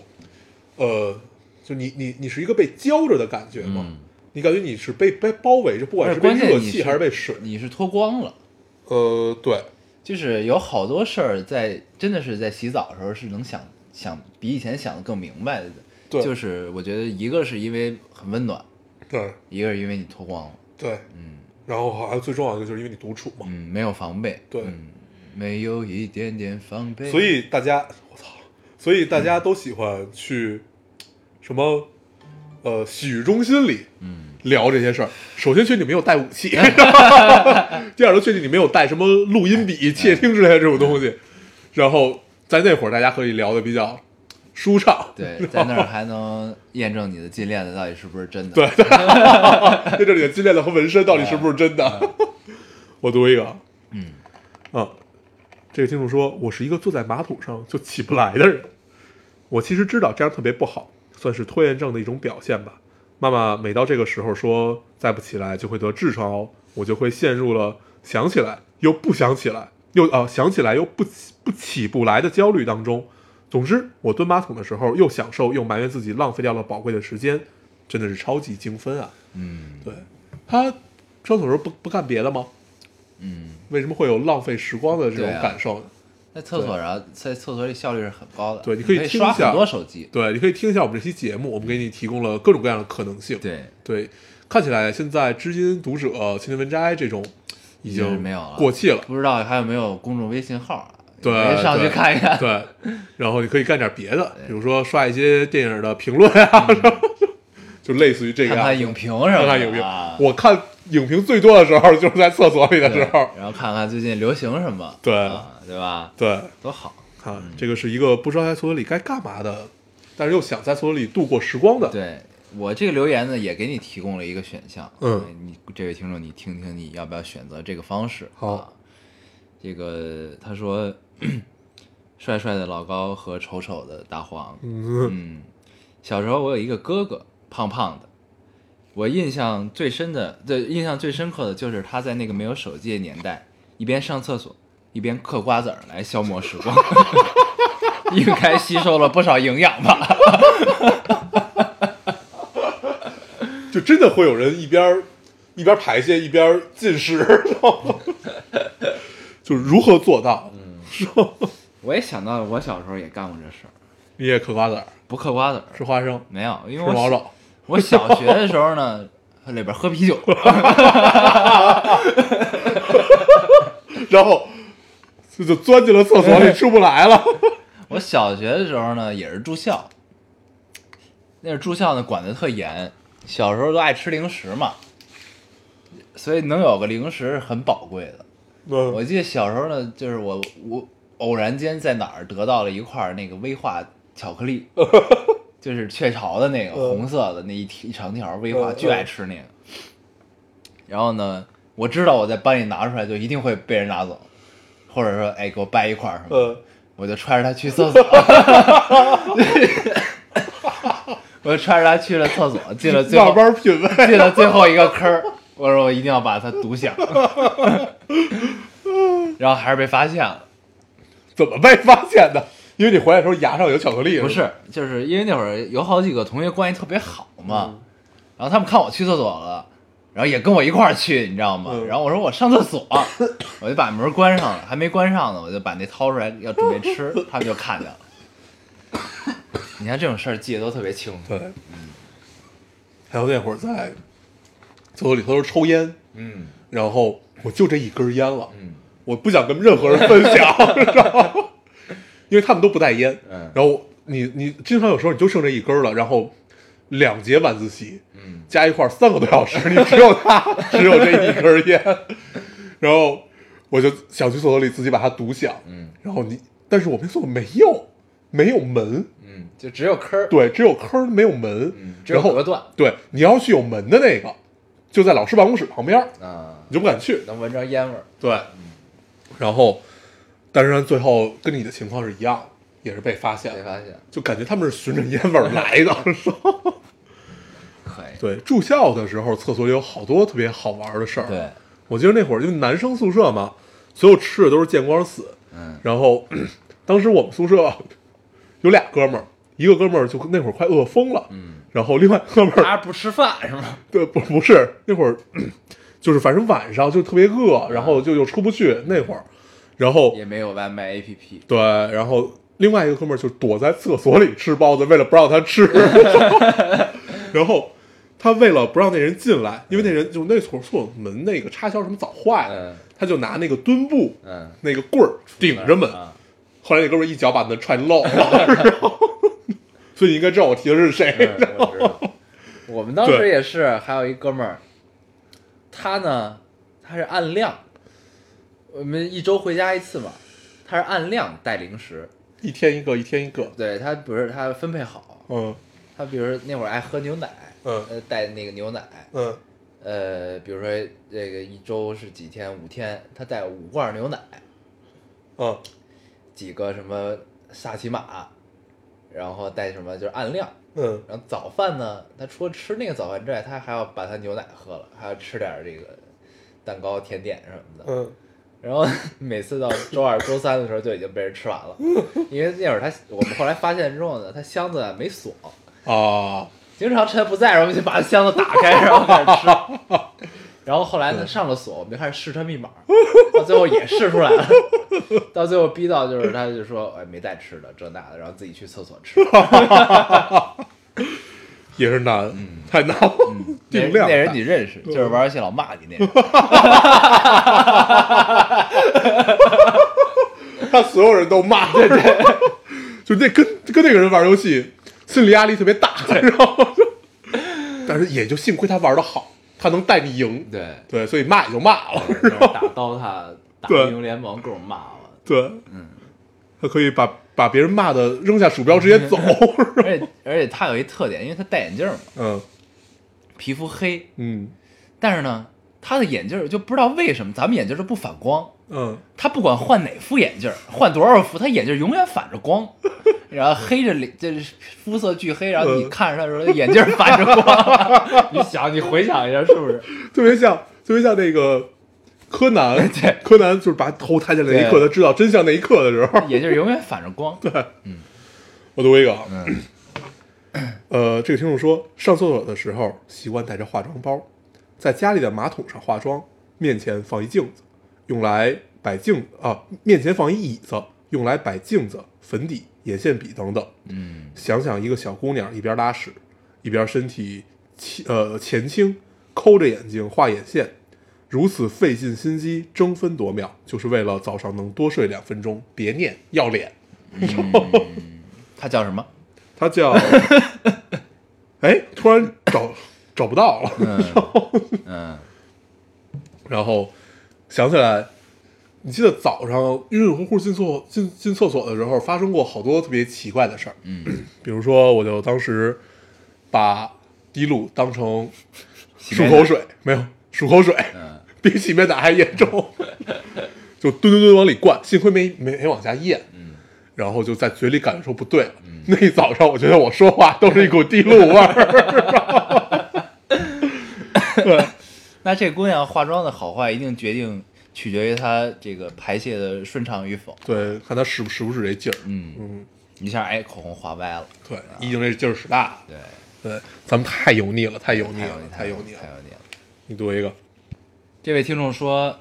S4: 呃，就你你你是一个被浇着的感觉嘛，
S3: 嗯
S4: 你感觉你是被被包围着，不管
S3: 而
S4: 是
S3: 且
S4: 被
S3: 关键
S4: 热
S3: 你
S4: 气还是被水。
S3: 你是脱光了。
S4: 呃，对，
S3: 就是有好多事儿在真的是在洗澡的时候是能想想比以前想的更明白的。
S4: 对
S3: 就是我觉得一个是因为很温暖，
S4: 对
S3: 一个是因为你脱光了，
S4: 对，
S3: 嗯
S4: 然后好像最重要的就是因为你独处嘛，
S3: 嗯，没有防备，
S4: 对
S3: 嗯，没有一点点防备，
S4: 所以大家，我操，所以大家都喜欢去什么，呃，洗浴中心里
S3: 嗯，
S4: 聊这些事儿。首先确定你没有带 武器， 第二个确定你没有带什么录音笔、窃听之类的这种东西。然后在那会儿，大家可以聊的比较舒畅。
S3: 对，在那儿还能验证你的金链子到底是不是真的，
S4: 对，在这里的金链子和纹身到底是不是真的？ 我读一个，
S3: 嗯
S4: 啊，这个听众说，我是一个坐在马桶上就起不来的人。我其实知道这样特别不好，算是拖延症的一种表现吧。妈妈每到这个时候说再不起来就会得痔疮哦，我就会陷入了想起来又不想起来，又啊、想起来又不起不起不来的焦虑当中。总之，我蹲马桶的时候又享受又埋怨自己浪费掉了宝贵的时间，真的是超级精分啊！
S3: 嗯
S4: 对他上厕所时候不不干别的吗？
S3: 嗯，
S4: 为什么会有浪费时光的这种
S3: 对啊
S4: 感受呢？
S3: 在厕所上，在厕所里效率是很高的，
S4: 对你
S3: 你
S4: 可以听
S3: 刷
S4: 一下
S3: 很多手机，
S4: 对，你可以听一下我们这期节目，我们给你提供了各种各样的可能性。
S3: 对，
S4: 对看起来现在知音、读者、青年文摘这种已
S3: 就是
S4: 经
S3: 没有了
S4: 过气了。
S3: 不知道还有没有公众微信号啊？
S4: 对
S3: 没上去
S4: 对
S3: 看一看，
S4: 对，然后你可以干点别的，比如说刷一些电影的评论啊，然后就 就类似于这个
S3: 看嗯
S4: 样
S3: 看
S4: 子。
S3: 影评什么的啊，
S4: 看看影评，我看影评最多的时候就是在厕所里的
S3: 对
S4: 时候。
S3: 然后看看最近流行什么，
S4: 对
S3: 啊对吧？
S4: 对，
S3: 多好，
S4: 看这个是一个不知道在厕所里该干嘛的，但是又想在厕所里度过时光的。
S3: 对我这个留言呢，也给你提供了一个选项，哎
S4: 嗯，
S3: 你这位听众，你听听你要不要选择这个方式？
S4: 好
S3: 啊，这个他说， 帅帅的老高和丑丑的大黄，
S4: 嗯
S3: 嗯，小时候我有一个哥哥，胖胖的。我印象最深的，对，印象最深刻的就是他在那个没有手机的年代，一边上厕所，一边嗑瓜子儿来消磨时光， 应该吸收了不少营养吧？
S4: 就真的会有人一边儿一边儿排泄一边儿进食， 然后就是如何做到？
S3: 我也想到我小时候也干过这事儿，
S4: 你也嗑瓜子儿，
S3: 不嗑瓜子儿
S4: 吃花生，
S3: 没有，因
S4: 吃
S3: 为
S4: 毛
S3: 我
S4: 茸，
S3: 我小学的时候呢，里边喝啤酒，
S4: 然后就就钻进了厕所里，出不来了。
S3: 我小学的时候呢，也是住校，那是住校呢管得特严，小时候都爱吃零食嘛，所以能有个零食是很宝贵的。我
S4: 嗯
S3: 记得小时候呢，就是我我偶然间在哪儿得到了一块儿那个威化巧克 力，就是雀巢的那个
S4: 嗯
S3: 红色的那一一长条威化，
S4: 嗯
S3: 巨爱吃那个。然后呢，我知道我在班里拿出来就一定会被人拿走，或者说哎给我掰一块儿什么的。
S4: 呃，
S3: 我就揣着它去厕所， 我就揣着它去了厕所，进了最后
S4: 慢慢品味。
S3: 进了最后一个坑儿，我说我一定要把它独享， 然后还是被发现了。
S4: 怎么被发现的？因为你回来的时候牙上有巧克力。
S3: 不
S4: 吧，
S3: 是，嗯就是因为那会儿有好几个同学关系特别好嘛，然后他们看我去厕所了，然后也跟我一块儿去，你知道吗？
S4: 嗯
S3: 然后我说我上厕所， 我就把门关上了，还没关上呢，我就把那掏出来要准备吃，他们就看见了。你看这种事儿记得都特别清 楚，
S4: 对，还有那会儿在厕所里头抽烟，
S3: 嗯
S4: 然后我就这一根烟了，
S3: 嗯
S4: 我不想跟任何人分享， 然后因为他们都不带烟，
S3: 嗯
S4: 然后你你经常有时候你就剩这一根了，然后两节晚自习
S3: 嗯
S4: 加一块儿三个多小时，你 只有他只有这一根烟，然后我就想去厕所里自己把它独享，
S3: 嗯
S4: 然后你但是我们厕所没有没有门，
S3: 嗯，就只有坑儿，
S4: 对，只有坑儿没有门，
S3: 嗯，只有
S4: 然后
S3: 隔断
S4: 对，你要去有门的那个，就在老师办公室旁边儿，
S3: 啊，
S4: 你就不敢去。
S3: 能闻着烟味儿。
S4: 对，然后，但是最后跟你的情况是一样的，也是被发现
S3: 没
S4: 了，
S3: 发现，
S4: 就感觉他们是循着烟味儿来的。 是吧
S3: 可以，
S4: 对，住校的时候，厕所里有好多特别好玩的事儿。
S3: 对，
S4: 我记得那会儿因为男生宿舍嘛，所有吃的都是见光死。
S3: 嗯
S4: 然后当时我们宿舍有俩哥们儿，一个哥们儿就那会儿快饿疯了，
S3: 嗯，
S4: 然后另外哥们儿
S3: 他不吃饭是吗？
S4: 对，不不是那会儿，就是反正晚上就特别饿，然后就又出不去那会儿，然后
S3: 也没有外卖 APP，
S4: 对，然后另外一个哥们儿就躲在厕所里吃包子，为了不让 他吃，然后他为了不让那人进来，因为那人就那厕所门那个插销什么早坏了，
S3: 嗯
S4: 他就拿那个墩布
S3: 嗯，
S4: 那个棍儿顶着门，
S3: 啊，
S4: 后来那哥们儿一脚把门踹漏了，然后所以你应该知道我提的是谁，
S3: 嗯我知道。我们当时
S4: 对
S3: 也是，还有一哥们儿，他呢，他是按量，我们一周回家一次嘛，他是按量带零食，
S4: 一天一个，一天一个，
S3: 对他不是他分配好，
S4: 嗯
S3: 他比如说那会儿爱喝牛奶，
S4: 嗯
S3: 呃，带那个牛奶，
S4: 嗯
S3: 呃，比如说这个一周是几天，五天，他带五罐牛奶，
S4: 嗯
S3: 几个什么萨琪玛，然后带什么就是按量，
S4: 嗯。
S3: 然后早饭呢，他除了吃那个早饭之外，他还要把他牛奶喝了，还要吃点儿这个蛋糕、甜点什么的。
S4: 嗯
S3: 然后每次到周二、周三的时候就已经被人吃完了，因为那会儿他我们后来发现之后呢，他箱子啊没锁，
S4: 啊，
S3: 经常趁他不在，然后我们就把他箱子打开，然后开始吃。然后后来他上了锁，我们就开始试他密码，到最后也试出来了，到最后逼到就是他就说哎没带吃的这那的，然后自己去厕所吃，
S4: 也是难，太难了，
S3: 那
S4: 定
S3: 人嗯
S4: 量
S3: 那人
S4: 大
S3: 你认识，就是玩游戏老骂你那人。
S4: 他所有人都骂，对对， 就那跟跟那个人玩游戏，心理压力特别大，然后就，但是也就幸亏他玩的好，他能带你赢，
S3: 对，嗯
S4: 对，所以骂也就骂了，
S3: 然后打 DOTA、打
S4: 对
S3: 英雄联盟各种骂我，
S4: 对，嗯，他可以把把别人骂的扔下鼠标 直接走，
S3: 而且而且他有一特点，因为他戴眼镜嘛，
S4: 嗯
S3: 皮肤黑，
S4: 嗯
S3: 但是呢，他的眼镜儿就不知道为什么咱们眼镜儿都不反光，
S4: 嗯，
S3: 他不管换哪副眼镜儿，换多少副，他眼镜儿永远反着 光，然后黑着脸，就是肤色巨黑，然后你
S4: 嗯
S3: 看着他的时候，眼镜儿反着 光，你想，你回想一下是不是？
S4: 特别像特别像那个柯南，
S3: 对
S4: 柯南就是把头抬起来那一刻，
S3: 对
S4: 他知道真相那一刻的时候，
S3: 眼镜儿永远反着光，
S4: 我读一个啊，
S3: 嗯
S4: 呃，这个听众说，上厕所的时候习惯带着化妆包，在家里的马桶上化妆，面前放一镜子，用来摆镜啊，面前放一椅子，用来摆镜子、粉底、眼线笔等等。
S3: 嗯
S4: 想想一个小姑娘一边拉屎，一边身体倾呃前倾，抠着眼睛画眼线，如此费尽心机争分夺秒，就是为了早上能多睡两分钟。别念要脸，
S3: 他叫什么？
S4: 他叫，哎，突然找找不到了，
S3: 嗯
S4: 然后想起来，你记得早上晕晕乎乎进厕进进厕所的时候，发生过好多特别奇怪的事儿。
S3: 嗯，
S4: 比如说，我就当时把滴露当成漱口水，没有漱口水，
S3: 嗯
S4: 比洗面奶还严 重，就吨吨吨往里灌，幸亏没没没往下咽。
S3: 嗯
S4: 然后就在嘴里感觉说不对了。那一早上，我觉得我说话都是一股地露味儿。对，
S3: 那这姑娘化妆的好坏，一定决定取决于她这个排泄的顺畅与否。
S4: 对，看他使不使不使这劲儿。
S3: 嗯，
S4: 嗯，
S3: 一下哎，口红划歪了。
S4: 对，一定这劲儿使大了。
S3: 对，
S4: 对，咱们太油腻了，太油腻
S3: 太油
S4: 了
S3: 腻，，
S4: 太油
S3: 油
S4: 腻
S3: 太
S4: 了。
S3: 油腻了。
S4: 你读一个，
S3: 这位听众说：“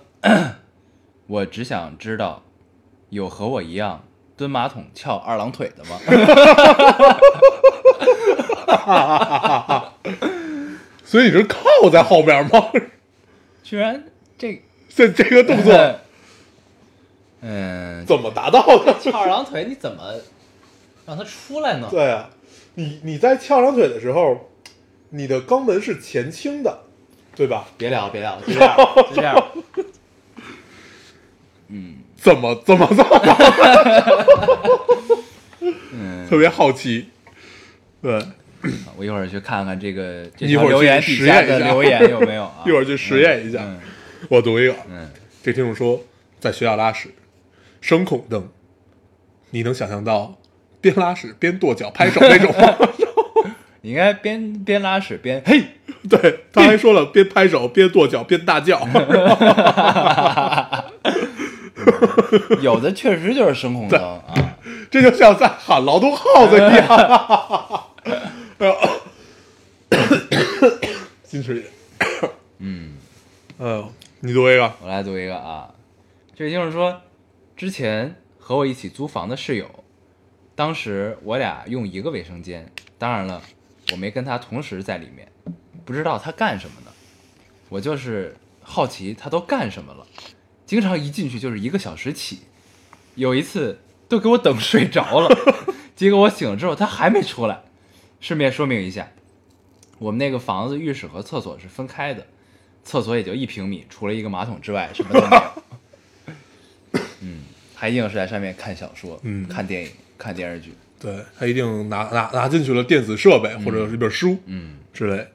S3: 我只想知道，有和我一样蹲马桶翘二郎腿的吗？”
S4: 所以你是靠在后边吗？
S3: 居然这
S4: 这这个动作
S3: 嗯，
S4: 怎么达到的？
S5: 翘二郎腿你怎么让它出来呢？
S4: 对啊，你你在翘二郎腿的时候，你的肛门是前倾的，对吧？
S5: 别聊了，别聊了，就这 样吧，就这样吧。
S4: 怎么怎么做到 的？特别好奇。对，
S3: 我一会儿去看看这个这
S4: 一
S3: 条
S4: 会儿去
S3: 留言底下的
S4: 实验一下？
S3: 留言有没有啊
S4: 一会儿去实验一下。
S3: 嗯
S4: 我读一个，
S3: 嗯，
S4: 这听众说，在学校拉屎，声控灯，你能想象到边拉屎边跺脚拍手那种吗？
S3: 你应该边边拉屎边 嘿，
S4: 对，他还说了边拍手边跺脚边 大叫。
S3: 有的确实就是声控灯啊，
S4: 这就像在喊劳动号子一样。 哎呦， 矜持一点。嗯，哎呦，你读一个，
S3: 我来读一个啊，这位听众说，之前和我一起租房的室友，当时我俩用一个卫生间，当然了，我没跟他同时在里面，不知道他干什么呢，我就是好奇他都干什么了，经常一进去就是一个小时起，有一次都给我等睡着了，结果我醒了之后他还没出来。顺便说明一下，我们那个房子浴室和厕所是分开的，厕所也就一平米，除了一个马桶之外，什么都没有。嗯，他一定是在上面看小说、
S4: 嗯
S3: 看电影、看电视剧。
S4: 对他一定拿拿拿进去了电子设备或者是一本书
S3: 嗯，
S4: 之类。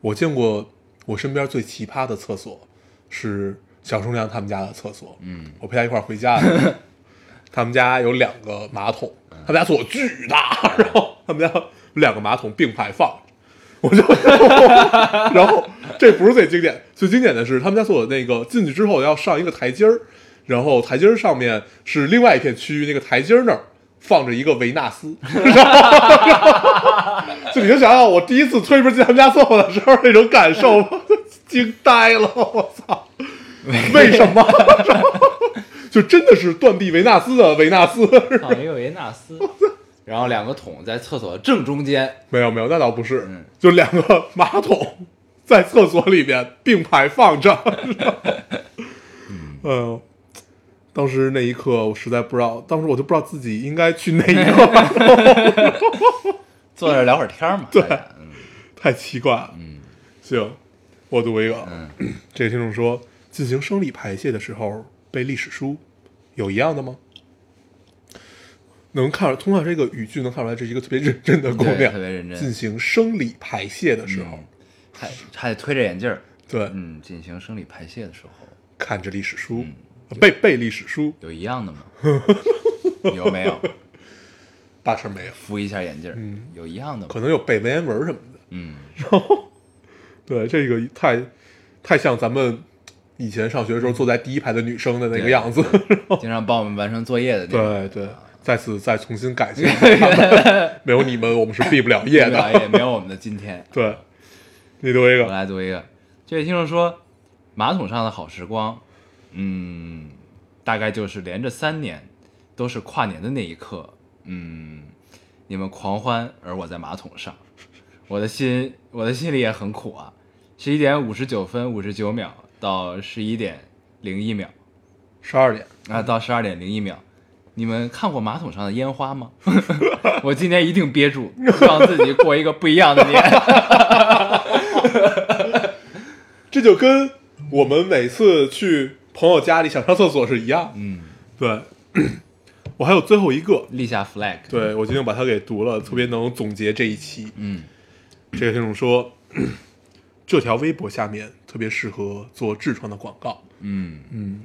S4: 我见过我身边最奇葩的厕所是小生亮他们家的厕所，
S3: 嗯，
S4: 我陪他一块儿回家 的。他们家有两个马桶，
S3: 嗯
S4: 他们家厕所巨大， 然后他们家有两个马桶并排放，我就， 然后这不是最经典，最经典的是他们家厕所那个进去之后要上一个台阶儿，然后台阶儿上面是另外一片区域，那个台阶儿那儿放着一个维纳斯， 就你就想想我第一次推门进他们家厕所的时候那种感受， 我都惊呆了，我操， 为什么？ 就真的是断臂维纳斯的维纳斯，
S3: 啊
S5: 放一个维纳斯，
S3: 然后两个桶在厕所正中间，
S4: 没有没有，那倒不是，
S3: 嗯
S4: 就两个马桶 在厕所里边并排放着。 嗯、呃，当时那一刻我实在不知道，当时我就不知道自己应该去哪一
S3: 嗯
S4: 个，
S3: 坐那儿聊会儿天儿嘛。对，嗯
S4: 太奇怪了。
S3: 嗯
S4: 行，我读一个。
S3: 嗯，
S4: 这个听众说，进行生理排泄的时候背历史书，有一样的吗？能看通过这个语句能看出来，这是一个特别认真的姑
S3: 对
S4: 娘。
S3: 特别认真
S4: 进行生理排泄的时候，
S3: 嗯还还得推着眼镜儿，
S4: 对，
S3: 嗯，进行生理排泄的时候
S4: 看着历史书
S3: 嗯，
S4: 呃背背历史书，
S3: 有一样的 吗？有没有
S4: 八成没有，
S3: 扶一下眼镜儿？
S4: 嗯
S3: 有一样的吗
S4: 可？能有背文言文什么的。
S3: 嗯，
S4: 对，这个太太像咱们以前上学的时候坐在第一排的女生的那个
S3: 对
S4: 样子。
S3: 经常帮我们完成作业的那种。
S4: 对对，再次再重新改进一下他们， 没有你们我们是毕不了业
S3: 对吧
S4: 的。
S3: 也没有我们的今天。
S4: 对，你读一
S3: 我
S4: 个，
S3: 来读一个，这位听众说，马桶上的好时光，嗯，大概就是连着三年都是跨年的那一刻，嗯，你们狂欢，而我在马桶上，我的心，我的心里也很苦啊。十一点五十九分五十九秒到十一点零一秒
S4: 十二点，
S3: 啊，到十二点零一秒，你们看过马桶上的烟花吗？ 我今年一定憋住，让自己过一个不一样的年。
S4: 这就跟我们每次去朋友家里想上厕所是一样。
S3: 嗯，
S4: 对， 我还有最后一个，
S3: 立下 flag。
S4: 对我决定把它给读了，特别能总结这一期。
S3: 嗯。
S4: 这个听众说， 这条微博下面特别适合做痔疮的广告，
S3: 嗯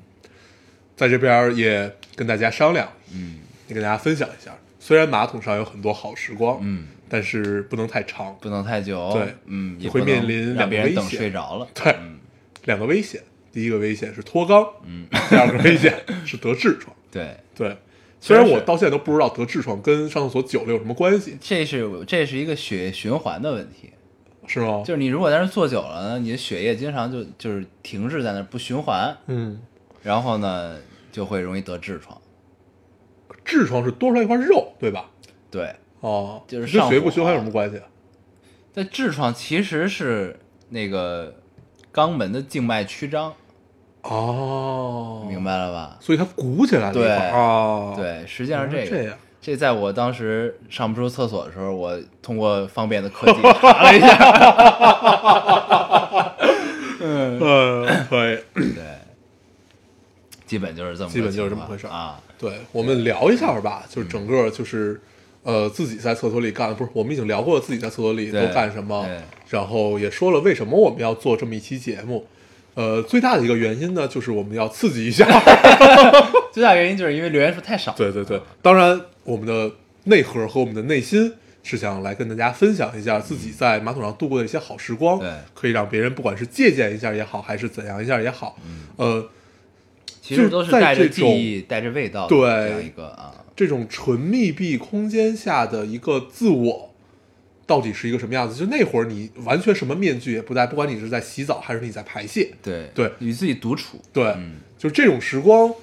S4: 在这边儿也跟大家商量，
S3: 嗯
S4: 也跟大家分享一下。虽然马桶上有很多好时光，
S3: 嗯，
S4: 但是不能太长，
S3: 不能太久，
S4: 对
S3: 嗯，也
S4: 会
S3: 不能
S4: 面临
S3: 让
S4: 两个
S3: 别人
S4: 危
S3: 等
S4: 险
S3: 睡着了，
S4: 对
S3: 嗯
S4: 两个危险。第一个危险是脱肛，嗯，第二个危险是得痔疮。
S3: 对，
S4: 对，虽然
S3: 确实
S4: 我到现在都不知道得痔疮跟上厕所久了有什么关系，
S3: 这是这是一个血循环的问题，
S4: 是吗？
S3: 就是你如果在那儿坐久了呢，你的血液经常就就是停滞在那儿不循环，
S4: 嗯，
S3: 然后呢就会容易得痔疮。
S4: 痔疮是多出来一块肉，对吧？
S3: 对，
S4: 哦，
S3: 就是
S4: 跟
S3: 上
S4: 血液不
S3: 火
S4: 循环有什么关系？啊
S3: 但痔疮其实是那个肛门的静脉曲张，
S4: 哦，
S3: 明。白了吧？
S4: 所以它鼓起来了一块
S3: 对
S4: 儿哦，，
S3: 对，实际上是
S4: 原来
S3: 这个。
S4: 这样
S3: 这在我当时上不出厕所的时候，我通过方便的 科技查了一下。
S4: 嗯，可以。
S3: 对，基本就是这么个
S4: 基本就
S3: 情
S4: 是这么
S3: 况
S4: 回事儿
S3: 啊。嗯
S4: 对，我们聊一下吧，就是整个就是，呃，自己在厕所里干，不是我们已经聊过了自己在厕所里都
S3: 对
S4: 干什么
S3: 对，
S4: 然后也说了为什么我们要做这么一期节目，呃，最大的一个原因呢，就是我们要刺激一下，
S3: 最大原因就是因为留言数太少。
S4: 对对对，当然我们的内核和我们的内心是想来跟大家分享一下自己在马桶上度过的一些好时光，
S3: 对
S4: 可以让别人不管是借鉴一下也好，还是怎样一下也好，呃，
S3: 其实都是带着记忆、带着味道的
S4: 对
S3: 这样一个啊，
S4: 这种纯密闭空间下的一个自我，到底是一个什么样子？就那会儿你完全什么面具也不戴，不管你是在洗澡还是你在排泄，
S3: 对
S4: 对
S3: 与自己独处，
S4: 对，
S3: 嗯
S4: 就这种时光，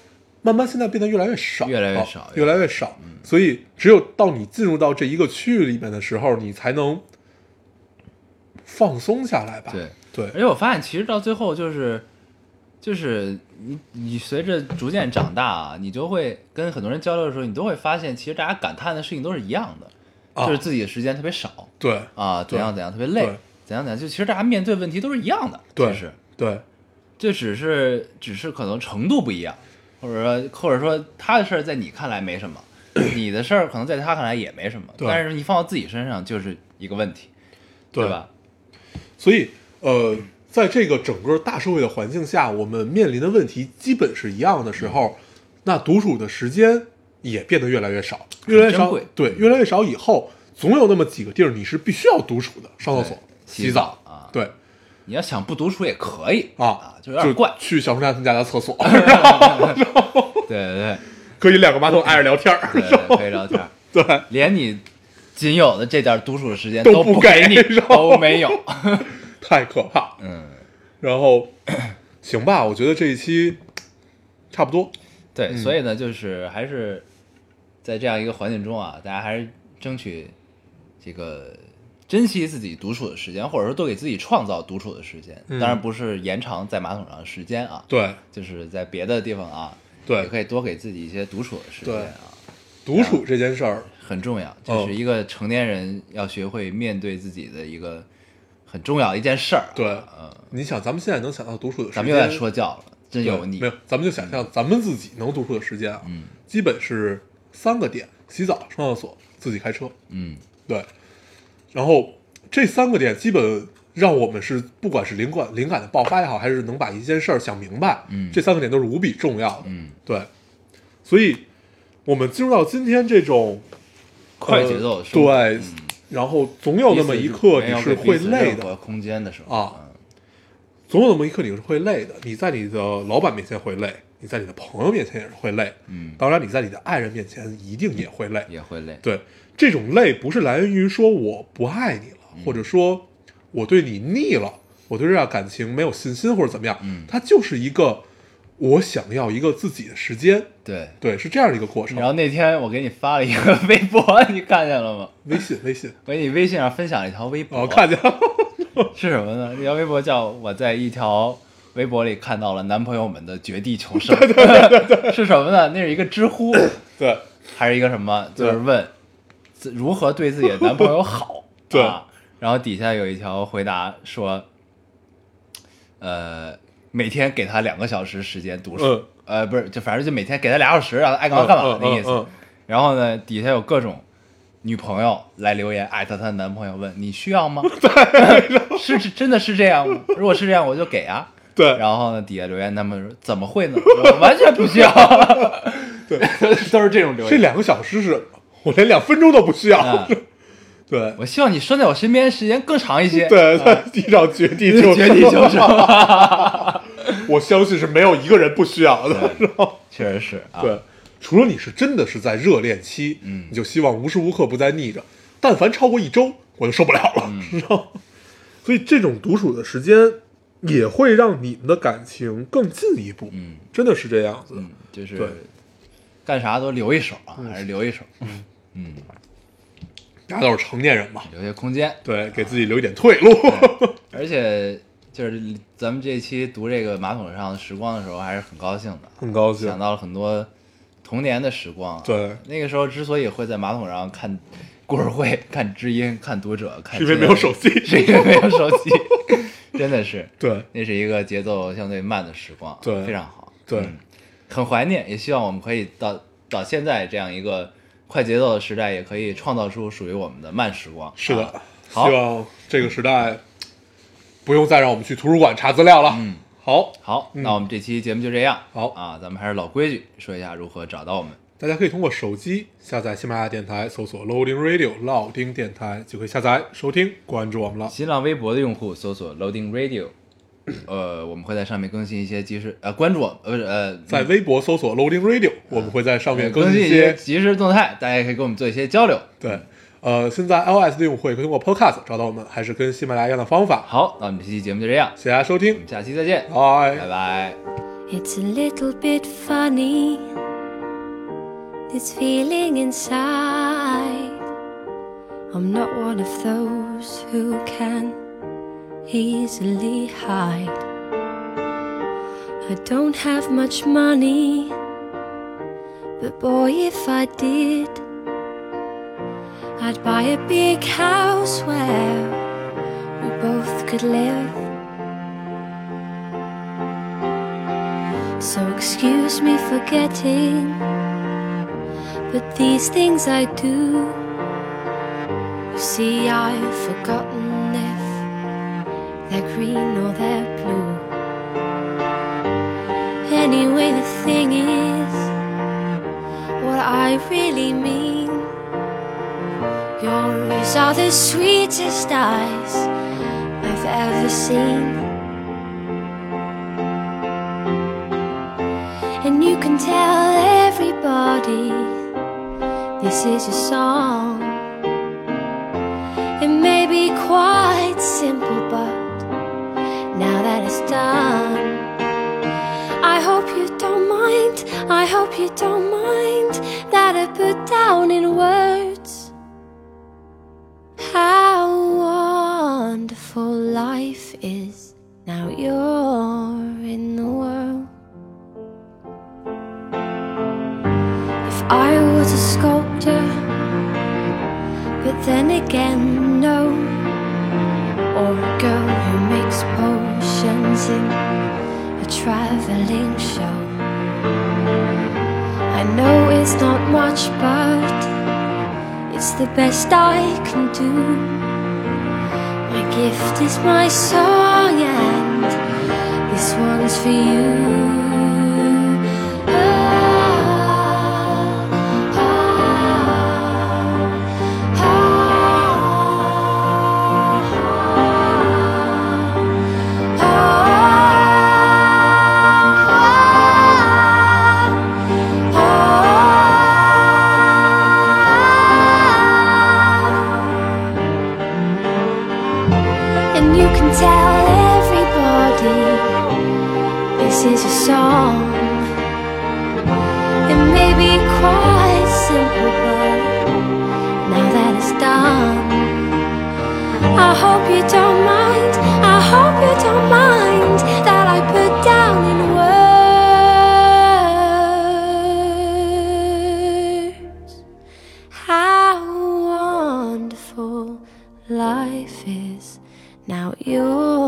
S4: 慢慢现在变得越来越少，
S3: 越来越少嗯
S4: 啊越来越少。所以只有到你进入到这一个区域里面的时候，你才能放松下来吧？
S3: 对
S4: 对
S3: 而且我发现，其实到最后就是，就是你你随着逐渐长大啊，你就会跟很多人交流的时候，你都会发现，其实大家感叹的事情都是一样的，
S4: 啊
S3: 就是自己的时间特别少
S4: 对
S3: 啊，怎样
S4: 对
S3: 怎样特别累
S4: 对，
S3: 怎样怎样，就其实大家面对问题都是一样的，
S4: 对
S3: 其实
S4: 对
S3: 这只是只是可能程度不一样，或者说或者说他的事儿在你看来没什么，你的事儿可能在他看来也没什么，
S4: 对
S3: 但是你放到自己身上就是一个问题，对吧？
S4: 所以呃，
S3: 嗯
S4: 在这个整个大社会的环境下，我们面临的问题基本是一样的时
S3: 嗯
S4: 候，那独处的时间也变得越来越少，越来越
S3: 珍
S4: 少
S3: 贵。嗯
S4: 对，越来越少以后，总有那么几个地儿你是必须要独处的，上厕
S3: 对
S4: 所、
S3: 洗
S4: 洗
S3: 澡
S4: 澡
S3: 啊
S4: 对。
S3: 你要想不独处也可以
S4: 啊，
S3: 就有点怪，
S4: 去小树他们家的厕所，
S3: 对对
S4: 可以两个马桶挨着聊天儿，
S3: 对对，可以聊天儿，
S4: 对
S3: 连你仅有的这点独处的时间
S4: 都
S3: 不
S4: 不
S3: 给
S4: 给
S3: 你，
S4: 是吧
S3: 都没有，
S4: 太可怕。
S3: 嗯，
S4: 然后，行吧，我觉得这一期差不多，
S3: 对，
S4: 嗯
S3: 所以呢，就是还是在这样一个环境中啊，大家还是争取这个珍惜自己独处的时间，或者说多给自己创造独处的时间。
S4: 嗯
S3: 当然不是延长在马桶上的时间啊，
S4: 对
S3: 就是在别的地方啊，也
S4: 对，
S3: 可以多给自己一些独处的时间啊，
S4: 独处这件事儿，
S3: 很重要。这
S4: 哦
S3: 是一个成年人要学会面对自己的一个很重要的一件事儿、啊。
S4: 对
S3: 嗯，
S4: 你想咱们现在能想到独处的时间，
S3: 咱们又在说教了，真
S4: 对
S3: 有你
S4: 没有？咱们就想象咱们自己能独处的时间啊，
S3: 嗯
S4: 基本是三个点：洗澡、上厕所、自己开车。
S3: 嗯，
S4: 对，然后这三个点基本让我们是不管是灵感灵感的爆发也好，还是能把一件事儿想明白，
S3: 嗯
S4: 这三个点都是无比重要的，
S3: 嗯，
S4: 对，所以我们进入到今天这种
S3: 快节奏的
S4: 呃
S3: 生活嗯
S4: 对，然后总有那么一刻你是会累的，
S3: 空间的时候嗯
S4: 啊，总有那么一刻你是会累的，你在你的老板面前会累，你在你的朋友面前也是会累，
S3: 嗯
S4: 当然你在你的爱人面前一定也会累，
S3: 也会累。
S4: 对，这种累不是来源于说我不爱你了，或者说我对你腻了，我对这段感情没有信心或者怎么样，
S3: 嗯
S4: 它就是一个我想要一个自己的时间，
S3: 对，
S4: 对，是这样一个过程
S3: 然。后那天我给你发了一个 微博，你看见了吗？
S4: 微信，微信，
S3: 我给你微信上分享了一条微博，
S4: 哦，看见 了，
S3: 是什么呢？这条微博叫我在一条微博里看到了男朋友们的绝地求生， 是什么呢？那是一个知乎
S4: 对，
S3: 还是一个什么？就是
S4: 对，
S3: 问自如何对自己的男朋友好
S4: 对
S3: 啊。然后底下有一条回答说，呃，每天给他两个小时时间读书，
S4: 嗯
S3: 呃，不是，就反正就每天给他俩小时，让他爱啊干嘛干嘛
S4: 嗯嗯
S3: 那意思。
S4: 嗯嗯
S3: 然后呢，底下有各种女朋友来留言，艾特她男朋友问你需要吗？ 是是真的是这样吗？如果是这样，我就给啊。
S4: 对
S3: 然后呢，底下留言他们说怎么会呢？ 我完全不需要。
S4: 对，
S3: 都是这种留
S4: 这
S3: 言。
S4: 两个小时是什么？我连两分钟都不需要
S3: 啊。
S4: 对，
S3: 我希望你拴在我身边时间更长一些。
S4: 对，在地上绝地
S3: 绝
S4: 求
S3: 地求
S4: 生，
S3: 生。
S4: 我相信是没有一个人不需要的。
S3: 对确实是啊。
S4: 对，除了你是真的是在热恋期，
S3: 嗯嗯
S4: 你 就希望无时无刻不在腻着，但凡超过一周，我就受不了了，知道吗？所以这种独处的时间也会让你们的感情更进一步，
S3: 嗯
S4: 真的是这样子。
S3: 嗯，就是
S4: 对
S3: 干啥都留一手啊，还是留一手，嗯，
S4: 大家都是成年人嘛，
S3: 留些空间。
S4: 对，给自己留一点退路。
S3: 而且就是咱们这期读这个马桶上的时光的时候，还是很高兴的， 啊
S4: 很高兴
S3: 想，到了很多童年的时光、啊。
S4: 对
S3: 那个时候之所以会在马桶上看故事会、 看知音、看读者，看
S4: 是因为没有手
S3: 机，
S4: 机。
S3: 是因为没有手机， 真的是，
S4: 对
S3: 那是一个节奏相对慢的时光，啊
S4: 对
S3: 非常好，
S4: 对
S3: 嗯很怀念，也希望我们可以到到现在这样一个快节奏的时代，也可以创造出属于我们的慢时光。
S4: 是的
S3: 啊，
S4: 希
S3: 好，
S4: 望这个时代不用再让我们去图书馆查资料了。
S3: 嗯，
S4: 好，
S3: 好，
S4: 嗯
S3: 那我们这期节目就这样。
S4: 好
S3: 啊，咱们还是老规矩，说一下如何找到我们。
S4: 大家可以通过手机下载喜马拉雅电台，搜索 Loading Radio 老丁电台，就可以下载收听，关注我们了。
S3: 新浪微博的用户搜索 Loading Radio，呃，我们会在上面更新一些即时呃关注我们呃不是呃
S4: 在微博搜索 Loading Radio，我们会在上面
S3: 嗯更
S4: 新
S3: 一些即时动态，大家也可以跟我们做一些交流。
S4: 对，呃，现在 iOS 的用户也可以通过 Podcast 找到我们，还是跟喜马拉雅一样的方法。
S3: 好，那我们这期节目就这样，
S4: 谢谢大家收
S3: 我
S4: 听
S3: 们，下期再见，
S4: 拜
S3: 拜。拜。
S2: It's a little bit funny, this feeling inside. I'm not one of those who can easily hide. I don't have much money, but boy, if I did, I'd buy a big house where we both could live. So excuse me for getting, but these things I do. You see, I've forgotten if they're green or they're blue. Anyway, the thing is, what I really mean. Yours are the sweetest eyes I've ever seen. And you can tell everybody this is your song. It may be quite simple, but now that it's done, I hope you don't mind. I hope you don't mind that I put down in words how wonderful life is. Now you're in the world. If I was a sculptor, but then again, no. Or a girl who makes potions in a traveling show. I know it's not much, but it's the best I can do. My gift is my song, and this one's for you. Ah, ah, ah, ah, ah. And you can tell everybody this is a song. It may be quite simple, but now that it's done, I hope you don't mind. I hope you don't mind that I put down in words how wonderful life is. Now you're.